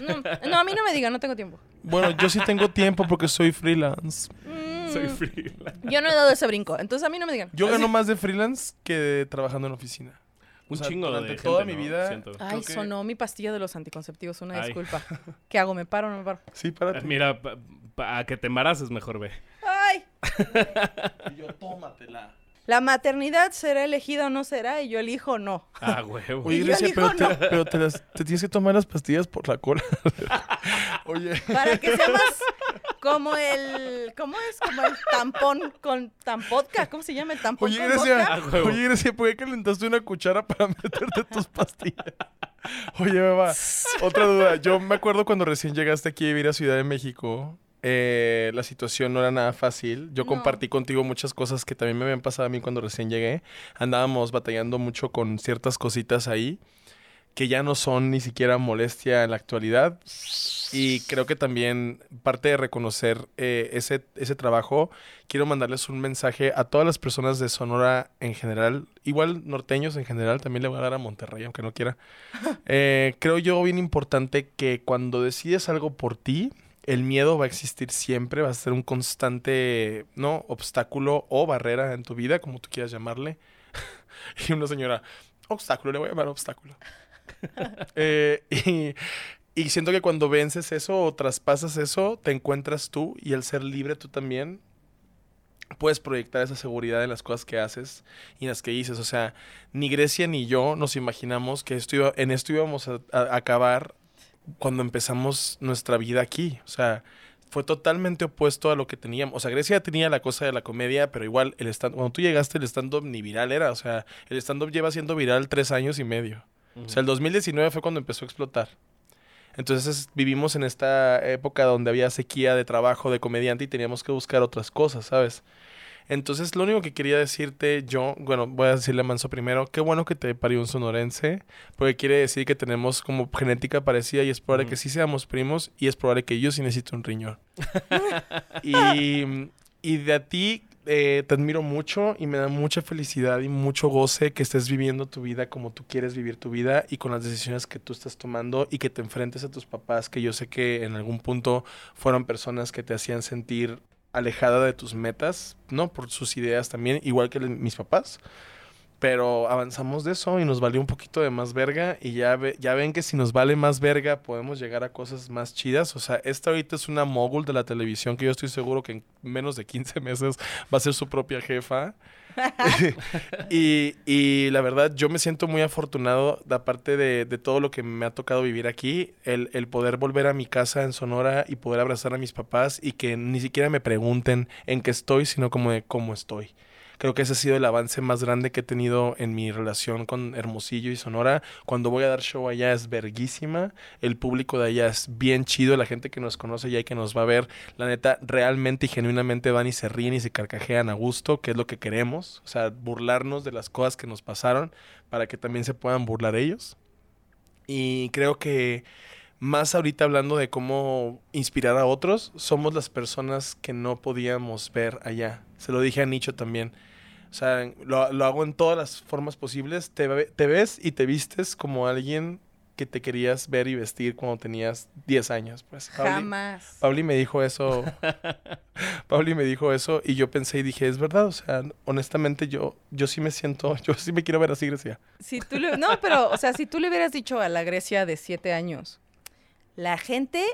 No, no, a mí no me digan, no tengo tiempo.
Bueno, yo sí tengo tiempo porque soy freelance.
Mm,
Soy freelance.
yo no he dado ese brinco, entonces a mí no me digan.
Yo gano más de freelance que de trabajando en oficina.
Un
O sea,
chingo de
durante
gente,
toda mi
¿no?
vida-
Siento.
Ay,
creo que-
sonó mi pastilla de los anticonceptivos, una
Ay.
disculpa. ¿Qué hago? ¿Me paro o no me paro?
Sí, para ti.
Mira, pa- pa- a que te embaraces mejor, ve.
Ay,
yo, tómatela.
la maternidad será elegida o no será y yo elijo no.
Ah, huevo.
Oye,
Y yo
Grecia,
digo,
pero, te, pero te las- te tienes que tomar las pastillas por la cola. Oye,
Para que sea más como el, ¿cómo es? Como el tampón con tampodca, ¿cómo se llama el tampón
oye,
con
Grecia,
vodka?
vodka? A huevo.
oye, Grecia, ¿por qué calentaste una cuchara para meterte tus pastillas? Oye, beba, otra duda. Yo me acuerdo cuando recién llegaste aquí a vivir a Ciudad de México. eh, la situación no era nada fácil. Yo
No.
compartí contigo muchas cosas que también me habían pasado a mí cuando recién llegué. Andábamos batallando mucho con ciertas cositas ahí que ya no son ni siquiera molestia en la actualidad. Y creo que también parte de reconocer eh, ese, ese trabajo, quiero mandarles un mensaje a todas las personas de Sonora en general, igual norteños en general, también le voy a dar a Monterrey, aunque no quiera. Eh, creo yo bien importante que cuando decides algo por ti, el miedo va a existir siempre, va a ser un constante, ¿no? Obstáculo o barrera en tu vida, como tú quieras llamarle. y una señora, obstáculo, le voy a llamar obstáculo. Eh, y, y siento que cuando vences eso o traspasas eso, te encuentras tú y al ser libre tú también, puedes proyectar esa seguridad en las cosas que haces y en las que dices. O sea, ni Grecia ni yo nos imaginamos que esto iba- en esto íbamos a, a acabar cuando empezamos nuestra vida aquí. O sea, fue totalmente opuesto a lo que teníamos. O sea, Grecia tenía la cosa de la comedia, pero igual el stand cuando tú llegaste el stand-up ni viral era. O sea, el stand-up lleva siendo viral tres años y medio. O sea, el 2019 fue cuando empezó a explotar. Entonces vivimos en esta época donde había sequía de trabajo, de comediante y teníamos que buscar otras cosas, ¿sabes? Entonces, lo único que quería decirte yo, bueno, voy a decirle a Manso primero, qué bueno que te parió un sonorense, porque quiere decir que tenemos como genética parecida y es probable que sí seamos primos y es probable que yo sí necesite un riñón. y, y de a ti eh, te admiro mucho y me da mucha felicidad y mucho goce que estés viviendo tu vida como tú quieres vivir tu vida y con las decisiones que tú estás tomando y que te enfrentes a tus papás, que yo sé que en algún punto fueron personas que te hacían sentir alejada de tus metas, ¿no? Por sus ideas también, igual que le- mis papás. Pero avanzamos de eso y nos valió un poquito de más verga y ya, ve- ya ven que si nos vale más verga podemos llegar a cosas más chidas. O sea, esta ahorita es una mogul de la televisión que yo estoy seguro que en menos de 15 meses va a ser su propia jefa. y, y la verdad, yo me siento muy afortunado, aparte de, de todo lo que me ha tocado vivir aquí, el, el poder volver a mi casa en Sonora y poder abrazar a mis papás y que ni siquiera me pregunten en qué estoy, sino como de cómo estoy. Creo que ese ha sido el avance más grande que he tenido en mi relación con Hermosillo y Sonora. Cuando voy a dar show allá es verguísima. El público de allá es bien chido. La gente que nos conoce ya y que nos va a ver, la neta, realmente y genuinamente van y se ríen y se carcajean a gusto, que es lo que queremos. O sea, burlarnos de las cosas que nos pasaron para que también se puedan burlar ellos. Y creo que más ahorita hablando de cómo inspirar a otros, somos las personas que no podíamos ver allá. Se lo dije a Nicho también. O sea, lo, lo hago en todas las formas posibles. Te, ve- te ves y te vistes como alguien que te querías ver y vestir cuando tenías 10 años. Pues, Pauli-
Jamás.
Pauli me dijo eso. Pauli me dijo eso y yo pensé y dije, es verdad, o sea, honestamente yo, yo sí me siento, yo sí me quiero ver así, Grecia.
Si tú le- no, pero, o sea, si tú le hubieras dicho a la Grecia de siete años, la gente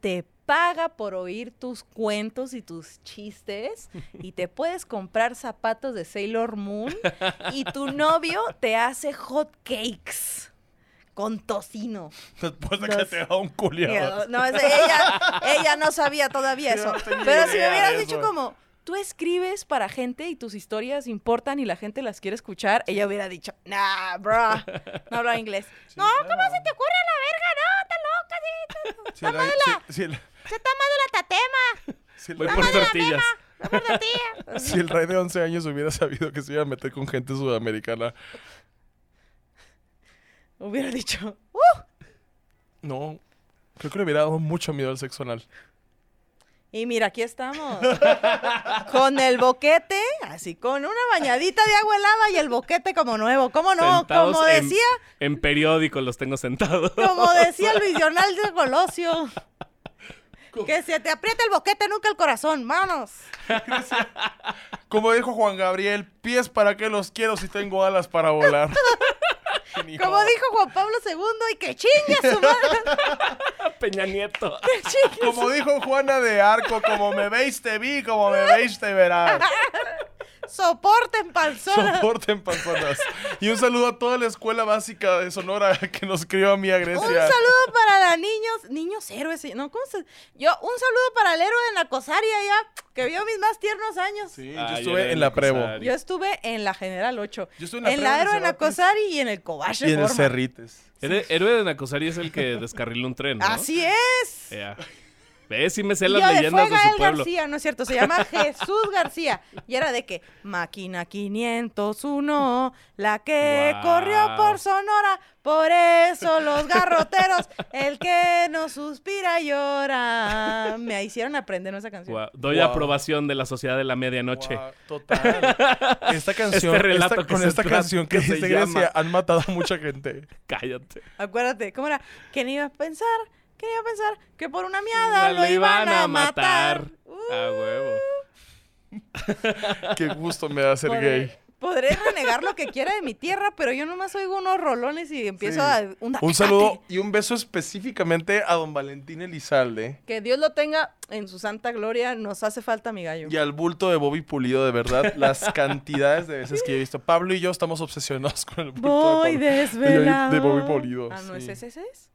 te paga por oír tus cuentos y tus chistes y te puedes comprar zapatos de Sailor Moon y tu novio te hace hot cakes con tocino.
Después
de que Los- te
da un culiado.
No, es- ella, ella no sabía todavía eso. Pero si me
idea
hubieras
de
dicho
eso.
como, tú escribes para gente y tus historias importan y la gente las quiere escuchar, ella hubiera dicho, nah, bro, no hablo inglés. no, ¿cómo se te ocurre la verga? No, está loca, sí,
Si el, si, si el,
se está mal de la tatema,
si el
Voy
rey-
por tortillas.
no por la tía.
si el rey de 11 años hubiera sabido que se iba a meter con gente sudamericana.
Hubiera dicho, "Uh,
No, creo que le hubiera dado mucho miedo al sexo anal.
y mira, aquí estamos, con el boquete, así con una bañadita de agua helada y el boquete como nuevo, ¿cómo no?
Sentados
como
en-
decía...
En periódico los tengo sentados.
Como decía Luis Leonardo Colosio. Que se te aprieta el boquete, nunca el corazón, manos.
Como dijo Juan Gabriel, pies para qué los quiero si tengo alas para volar.
Como dijo Juan Pablo II, y que chingue su madre.
Peña Nieto.
que chingue.
Como dijo Juana de Arco, como me veis te vi, como me veis te verás.
Soporten panzona.
Soporten panzonas. Y un saludo a toda la escuela básica de Sonora que nos crió a mí a
Un
Grecia.
saludo para la niños, niños héroes, no, ¿cómo se? Yo, un saludo para el héroe de Nacosaria ya, que vio mis más tiernos años.
Sí,
Ah,
yo
yo
estuve
era
en la
el
Prevo.
Cusari.
Yo estuve en la General 8.
Yo estuve en la
en la,
Prepa de
héroe de
Cervantes.
Nacosari y en el Cobache.
Y en el
Forma.
Cerrites.
Héroe- Héroe de Nacosari es el que descarriló un tren, ¿no?
Así es.
Ya. Ves, sí me sé
Ah, Y
las
yo de
leyendas de
fuera
su
el
pueblo.
García, no es cierto, se llama Jesús García. Y era de que máquina 501, la que
Guau.
corrió por Sonora, por eso los garroteros, el que no suspira llora. Me hicieron aprender esa canción.
Guau, Doy
Guau.
aprobación de la Sociedad de la Medianoche.
Guau, total. Esta canción,
Este relato
esta-
que
con
se
esta
trata-
canción que
que se
dice Grecia,
llama.
han matado a mucha gente.
Cállate.
Acuérdate, ¿cómo era? ¿Quién iba a pensar? ¿Quién iba a pensar que por una miada lo iban a matar? Uh,
A huevo.
Qué gusto me da ser
podré-
gay.
Podré renegar lo que quiera de mi tierra, pero yo nomás oigo unos rolones y
Sí.
empiezo a... Un,
Un saludo y un beso específicamente a don Valentín Elizalde
Que Dios lo tenga en su santa gloria, nos hace falta mi gallo.
y al bulto de Bobby Pulido, de verdad, las cantidades de veces que yo he visto. Pablo y yo estamos obsesionados con el bulto
Voy
de Pablo.
desvelado.
de Bobby Pulido,
Ah, no,
sí.
ese, ese es.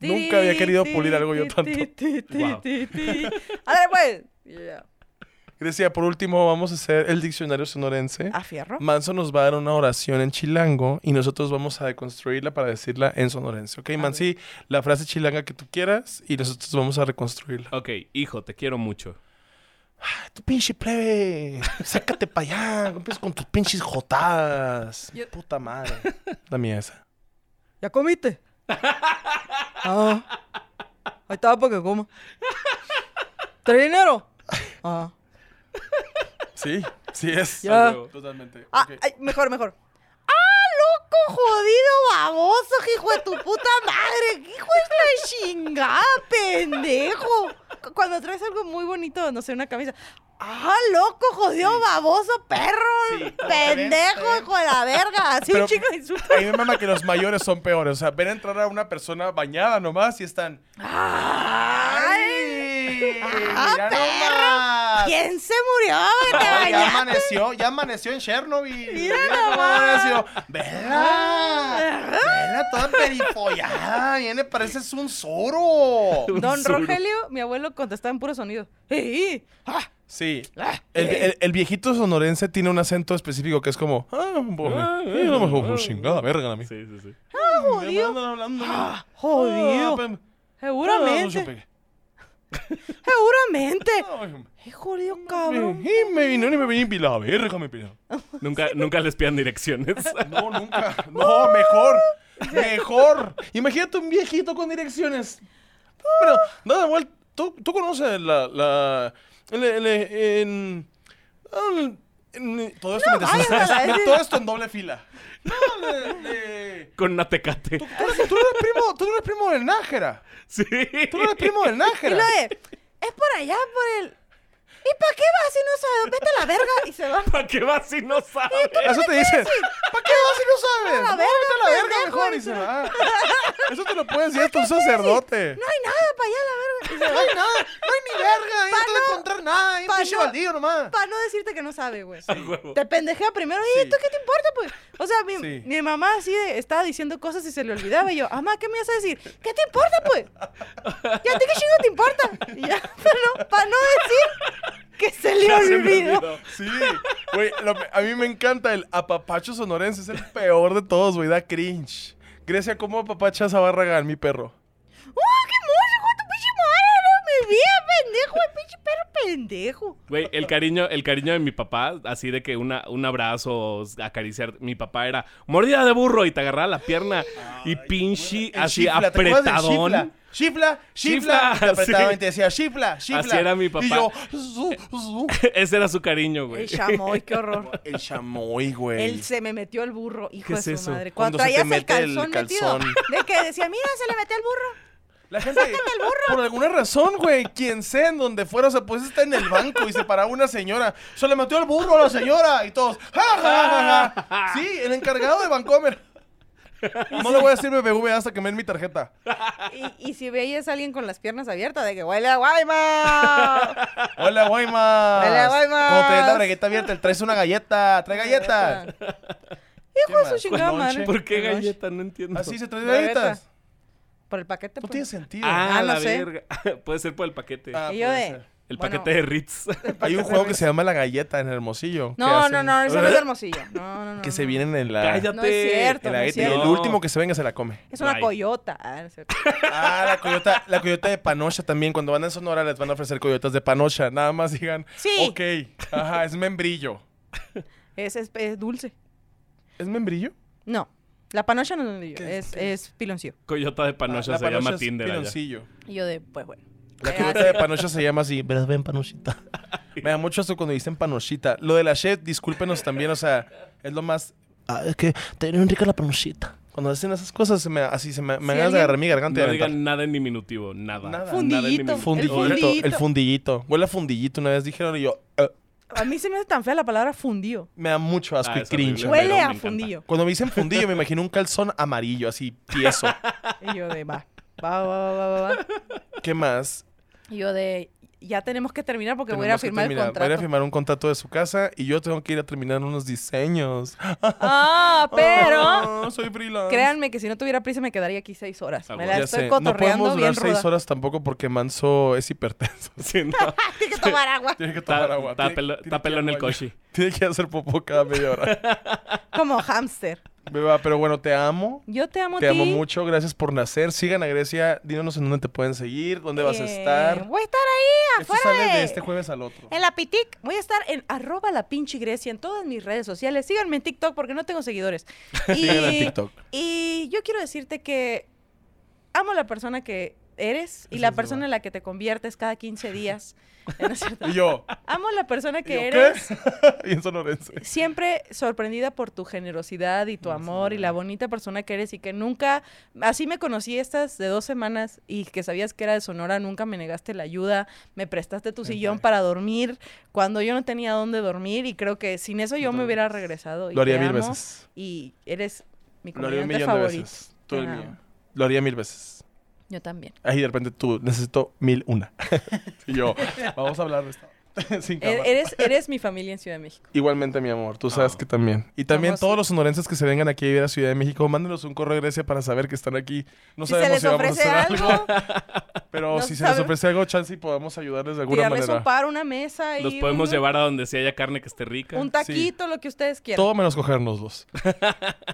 Nunca había querido pulir algo yo tanto.
Guau.
Ahora pues. Ya.
Grecia, por último, vamos a hacer el diccionario sonorense.
A fierro.
Manso nos va a dar una oración en chilango y nosotros vamos a deconstruirla para decirla en sonorense. Ok, Mansi, la frase chilanga que tú quieras y nosotros vamos a reconstruirla.
Ok, hijo, te quiero mucho.
Tu pinche plebe, sácate para allá, empiezas con tus pinches jotadas.
Yo-
Puta madre. La mía esa.
¿Ya comiste? Ah. Ahí estaba para que coma. ¿Trae dinero? Ah.
Sí, sí es.
Ya.
A huevo.
Totalmente.
Ah,
ok.
ay, mejor, mejor. ¡Ah, loco, jodido, baboso, hijo de tu puta madre! ¡Hijo de la chingada, pendejo! Cu- Cuando traes algo muy bonito, no sé, una camisa. ¡Ah, loco, jodido, baboso, perro! ¡Pendejo, hijo de la verga! Así
Pero-
un chico insulta.
A mí me mama que los mayores son peores. O sea, ven a entrar a una persona bañada nomás y están.
¡Ay!
¡Ah,
perro! ¿Quién se murió? ¡Te bañaste!
amaneció, ya amaneció en Chernobyl.
Mira Mira cómo nomás. amaneció.
Vela. Vela toda perifollada. Viene, pareces un zorro.
Un
Don
sur.
Rogelio, mi abuelo contestaba en puro sonido. ¡Ey! ¡Ah!
Sí. El, el- el viejito sonorense tiene un acento específico que es como. Ah, bo-
Ah,
eh, no me
ah,
jodas, chingada, verga, a mí.
Sí, sí, sí.
jodido. Ah,
Me andan hablando, mira.
¡Jodido!
Ah, pem- ah, no se
Seguramente.
pegue.
Seguramente.
Ay,
Ay, jodido cabrón.
Y me vinieron y me vinieron y la verga me pidieron.
Nunca, nunca les pidan direcciones.
No, nunca. No, mejor. Mejor. Imagínate un viejito con direcciones. Pero, nada, igual, tú, tú conoces la... la el- el- en, en- en- todo, esto
No,
mientras-
vayas a la-
todo esto en doble fila. No, le- le-
Con una tecate.
tú, no eres, tú no eres primo, tú no eres primo del Nájera.
Sí.
Tú no eres primo del
Y
Nájera.
lo de, es por allá, por el... ¿Y para qué vas si no sabes? Vete a la verga y se va.
¿Para qué vas si no sabes?
Eso te dicen. ¿Para qué vas si no sabes?
A la
No,
verga,
vete a la verga
pendejo,
mejor y
dice.
se va. Eso te lo puedes decir hasta un sacerdote.
No hay nada para allá, la verga.
No hay nada, no hay ni verga, ahí no te voy a
Pano-
encontrar nada, ahí un
Pano-
pinche baldío nomás.
Para no decirte que no sabe, güey.
A huevo.
Te pendejea primero. ¿Y esto qué te importa, pues? O sea, mi,
Sí.
mi mamá así de- estaba diciendo cosas y se le olvidaba. Y yo, mamá, ¿qué me vas a decir? ¿Qué te importa, pues? ¿Y a ti qué chingo te importa? Y ya, para no, pa' no decir que se le
Ya se me
olvidó.
olvidó.
Sí, güey, lo me- a mí me encanta el apapacho sonorense, es el peor de todos, güey, da cringe. Grecia, ¿cómo apapachas a Barragán, mi perro?
¡Oh, qué mozo, hijo de tu pinche madre! ¡No me veas, pendejo! ¡El pinche perro pendejo!
Güey, el cariño, el cariño de mi papá, así de que una, un abrazo, acariciar. Mi papá era mordida de burro y te agarraba la pierna y pinche,
El
así
chifla, ¿te acuerdas del
apretadón.
Chifla, chifla, chifla,
Chifla,
y te apretaba
sí.
y te decía chifla, chifla.
Así era mi papá.
Y yo, "Zu, zu".
Ese era su cariño,
El
güey.
chamoy, qué horror.
el chamoy, güey.
Él se me metió el burro, hijo
¿Qué
de
es
su
eso?
madre.
Cuando
Cuando,
se te
traías el
mete el
calzón,
calzón.
metido. De que decía, mira, se le metió el burro.
La gente, por alguna razón, güey, quien sea en donde fuera, o sea, pues está en el banco y se paraba una señora. Se le metió el burro a la señora y todos, ¡ja, ja, ja, ja! Sí, el encargado de Vancomer. No le voy a decir BBVA hasta que me den mi tarjeta.
Y, y si veías a alguien con las piernas abiertas, de que huele a guayma.
Hola, Guaymas.
Hola, Guaymas.
Como traes la bragueta abierta, el traes una galleta, trae galletas.
Hijo de
más?
su chingada
Con lonche.
madre.
¿Por qué
Con lonche.
galleta? No entiendo.
Así se traen
Galleta.
galletas.
Por el paquete.
No
pues.
tiene sentido.
Ah,
Ah,
la
no sé.
verga. Puede ser por el paquete.
Ah,
Y yo
puede
de-
ser.
el
bueno. Ah.
paquete de Ritz.
Hay un juego que se llama La Galleta en Hermosillo. que
No,
hacen-
no, no, eso no es de hermosillo. No, no, no.
Que
no.
se vienen en la.
Cállate.
No es cierto.
En
no
la galleta.
es,
Y
cierto.
el
No.
último que se venga se la come.
Es una
Ay.
coyota. Ah, no es cierto.
Ah, la coyota, la coyota de panocha también. Cuando van a Sonora les van a ofrecer coyotas de panocha. Nada más digan,
Sí.
ok, ajá, es membrillo.
Es, es- es dulce.
¿Es membrillo?
No. La panocha no es donde yo.
¿Qué-
Es,
qué?
es piloncillo.
Coyota de
Ah,
panocha
La
se llama
es
Tinder allá.
piloncillo.
Y yo de, pues bueno.
La
Eh,
coyota
así-
de panocha se llama así. Verás, ven, panochita. Me da mucho eso cuando dicen panochita. Lo de la chef, discúlpenos también, o sea, es lo más... Ah, es que te viene rica la panochita. Cuando hacen esas cosas, se me, así se me, me
Si
ganas de
alguien-
agarrar mi garganta y
No
aventar.
digan nada en diminutivo, nada.
Nada.
en
Fundillito.
diminutivo.
Fundillito, el
El
fundillito.
fundillito.
Huele a fundillito, una vez dijeron y yo... "Eh".
A mí se me hace tan fea la palabra fundido.
me da mucho asco
Ah,
y
es
cringe.
horrible.
Huele
me
a
encanta.
fundillo.
Cuando me dicen fundillo, me imagino un calzón amarillo, así tieso.
Y yo de, va, va, va, va, va, va.
¿Qué más?
Y yo de, ya tenemos que terminar porque voy a ir a
Tenemos que
firmar el
terminar. Voy a ir a
contrato.
firmar un contrato de su casa y yo tengo que ir a terminar unos diseños.
Ah, pero
Ah, soy freelance.
créanme que si no tuviera prisa me quedaría aquí seis horas.
Ah,
Me
bueno.
la
Ya
estoy
sé, no
cotorreando
podemos durar
bien
seis
ruda.
horas tampoco porque Manso es hipertenso.
Sí, no.
Tiene que tomar agua.
Tiene que tomar
Tá-
agua.
tá
Tiene-
pelo-
tiene
tá
que
pelo en el
agua.
coche.
Tiene que hacer popó cada media hora.
Como hámster.
Beba, pero bueno, te amo.
Yo te amo
Te
a ti.
amo mucho. Gracias por nacer. Sigan a Grecia. Díganos en dónde te pueden seguir, dónde vas a
Eh,
estar.
Voy a estar ahí
Esto
afuera
sale
de-
de este jueves al otro.
En la Pitic. Voy a estar en arroba la pinche Grecia en todas mis redes sociales. Síganme en TikTok porque no tengo seguidores. Y,
Síganla en TikTok.
y yo quiero decirte que amo la persona que eres y
Eso
la
es
persona
verdad.
en la que te conviertes cada 15 días. No es cierto.
Y yo.
amo la persona que
y yo,
eres.
¿Qué? Bien sonorense.
Siempre sorprendida por tu generosidad y tu amor y la bonita persona que eres y que nunca, así me conocí estas de dos semanas y que sabías que era de Sonora, nunca me negaste la ayuda, me prestaste tu sillón
Exacto.
para dormir cuando yo no tenía dónde dormir y creo que sin eso yo me hubiera regresado. Y
Lo haría
te
mil
amo,
veces.
Y eres mi
Lo haría un
comediante
millón
favorito.
de veces. Tú el
Te
mío.
amo.
Lo haría mil veces.
Yo también.
Ahí de repente tú, necesito mil una. y yo, vamos a hablar de esto. Sin
E-
cámara.
Eres, eres mi familia en Ciudad de México.
Igualmente, mi amor, tú sabes
Oh.
que también. Y también
Somos-
todos los sonorenses que se vengan aquí a vivir a Ciudad de México, mándenos un correo a Grecia para saber que están aquí. No
si se
sabemos
les
si vamos a
ofrece
hacer algo,
algo,
pero
no
si se les
sabe-
ofrece algo, chance y podamos ayudarles de alguna
tirarles un
manera.
par, una mesa y
Los podemos
un,
llevar a donde si haya carne que esté rica.
un taquito, lo que ustedes quieran.
Todo menos cogérnoslos.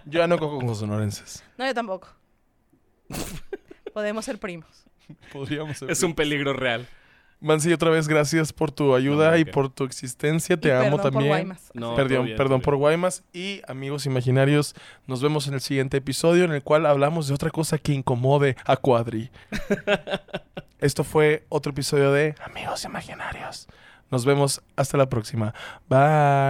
yo ya no cojo con los sonorenses.
No, yo tampoco. Podemos ser primos.
Podríamos ser.
Es un peligro real.
Mansi, otra vez gracias por tu ayuda
hombre,
y
qué-
por tu existencia. Te
Y
amo
perdón por
también.
Guaymas.
No,
perdón,
todo bien,
perdón por
todo
Guaymas. Y amigos imaginarios, nos vemos en el siguiente episodio en el cual hablamos de otra cosa que incomode a Cuadri. Esto fue otro episodio de Amigos Imaginarios. Nos vemos hasta la próxima. Bye.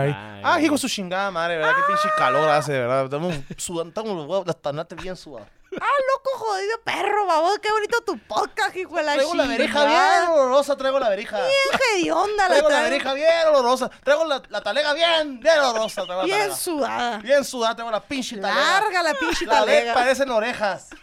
bien. Ay,
Ah, hijo de su chingada madre, ¿verdad? Qué pinche calor hace, ¿verdad? Estamos sudando, estamos los huevos, las tanates bien sudadas.
Ah, loco jodido perro, babón. Qué bonito tu podcast, hijo de la
Traigo la
chingada.
verija bien olorosa, traigo la verija.
Bien hedionda la
Traigo la
traigo.
verija bien olorosa, traigo la, la talega bien, bien olorosa, traigo la
Bien
talega.
sudada.
Bien sudada, traigo la pinche talega.
Larga la pinche
La leg
talega.
parecen orejas.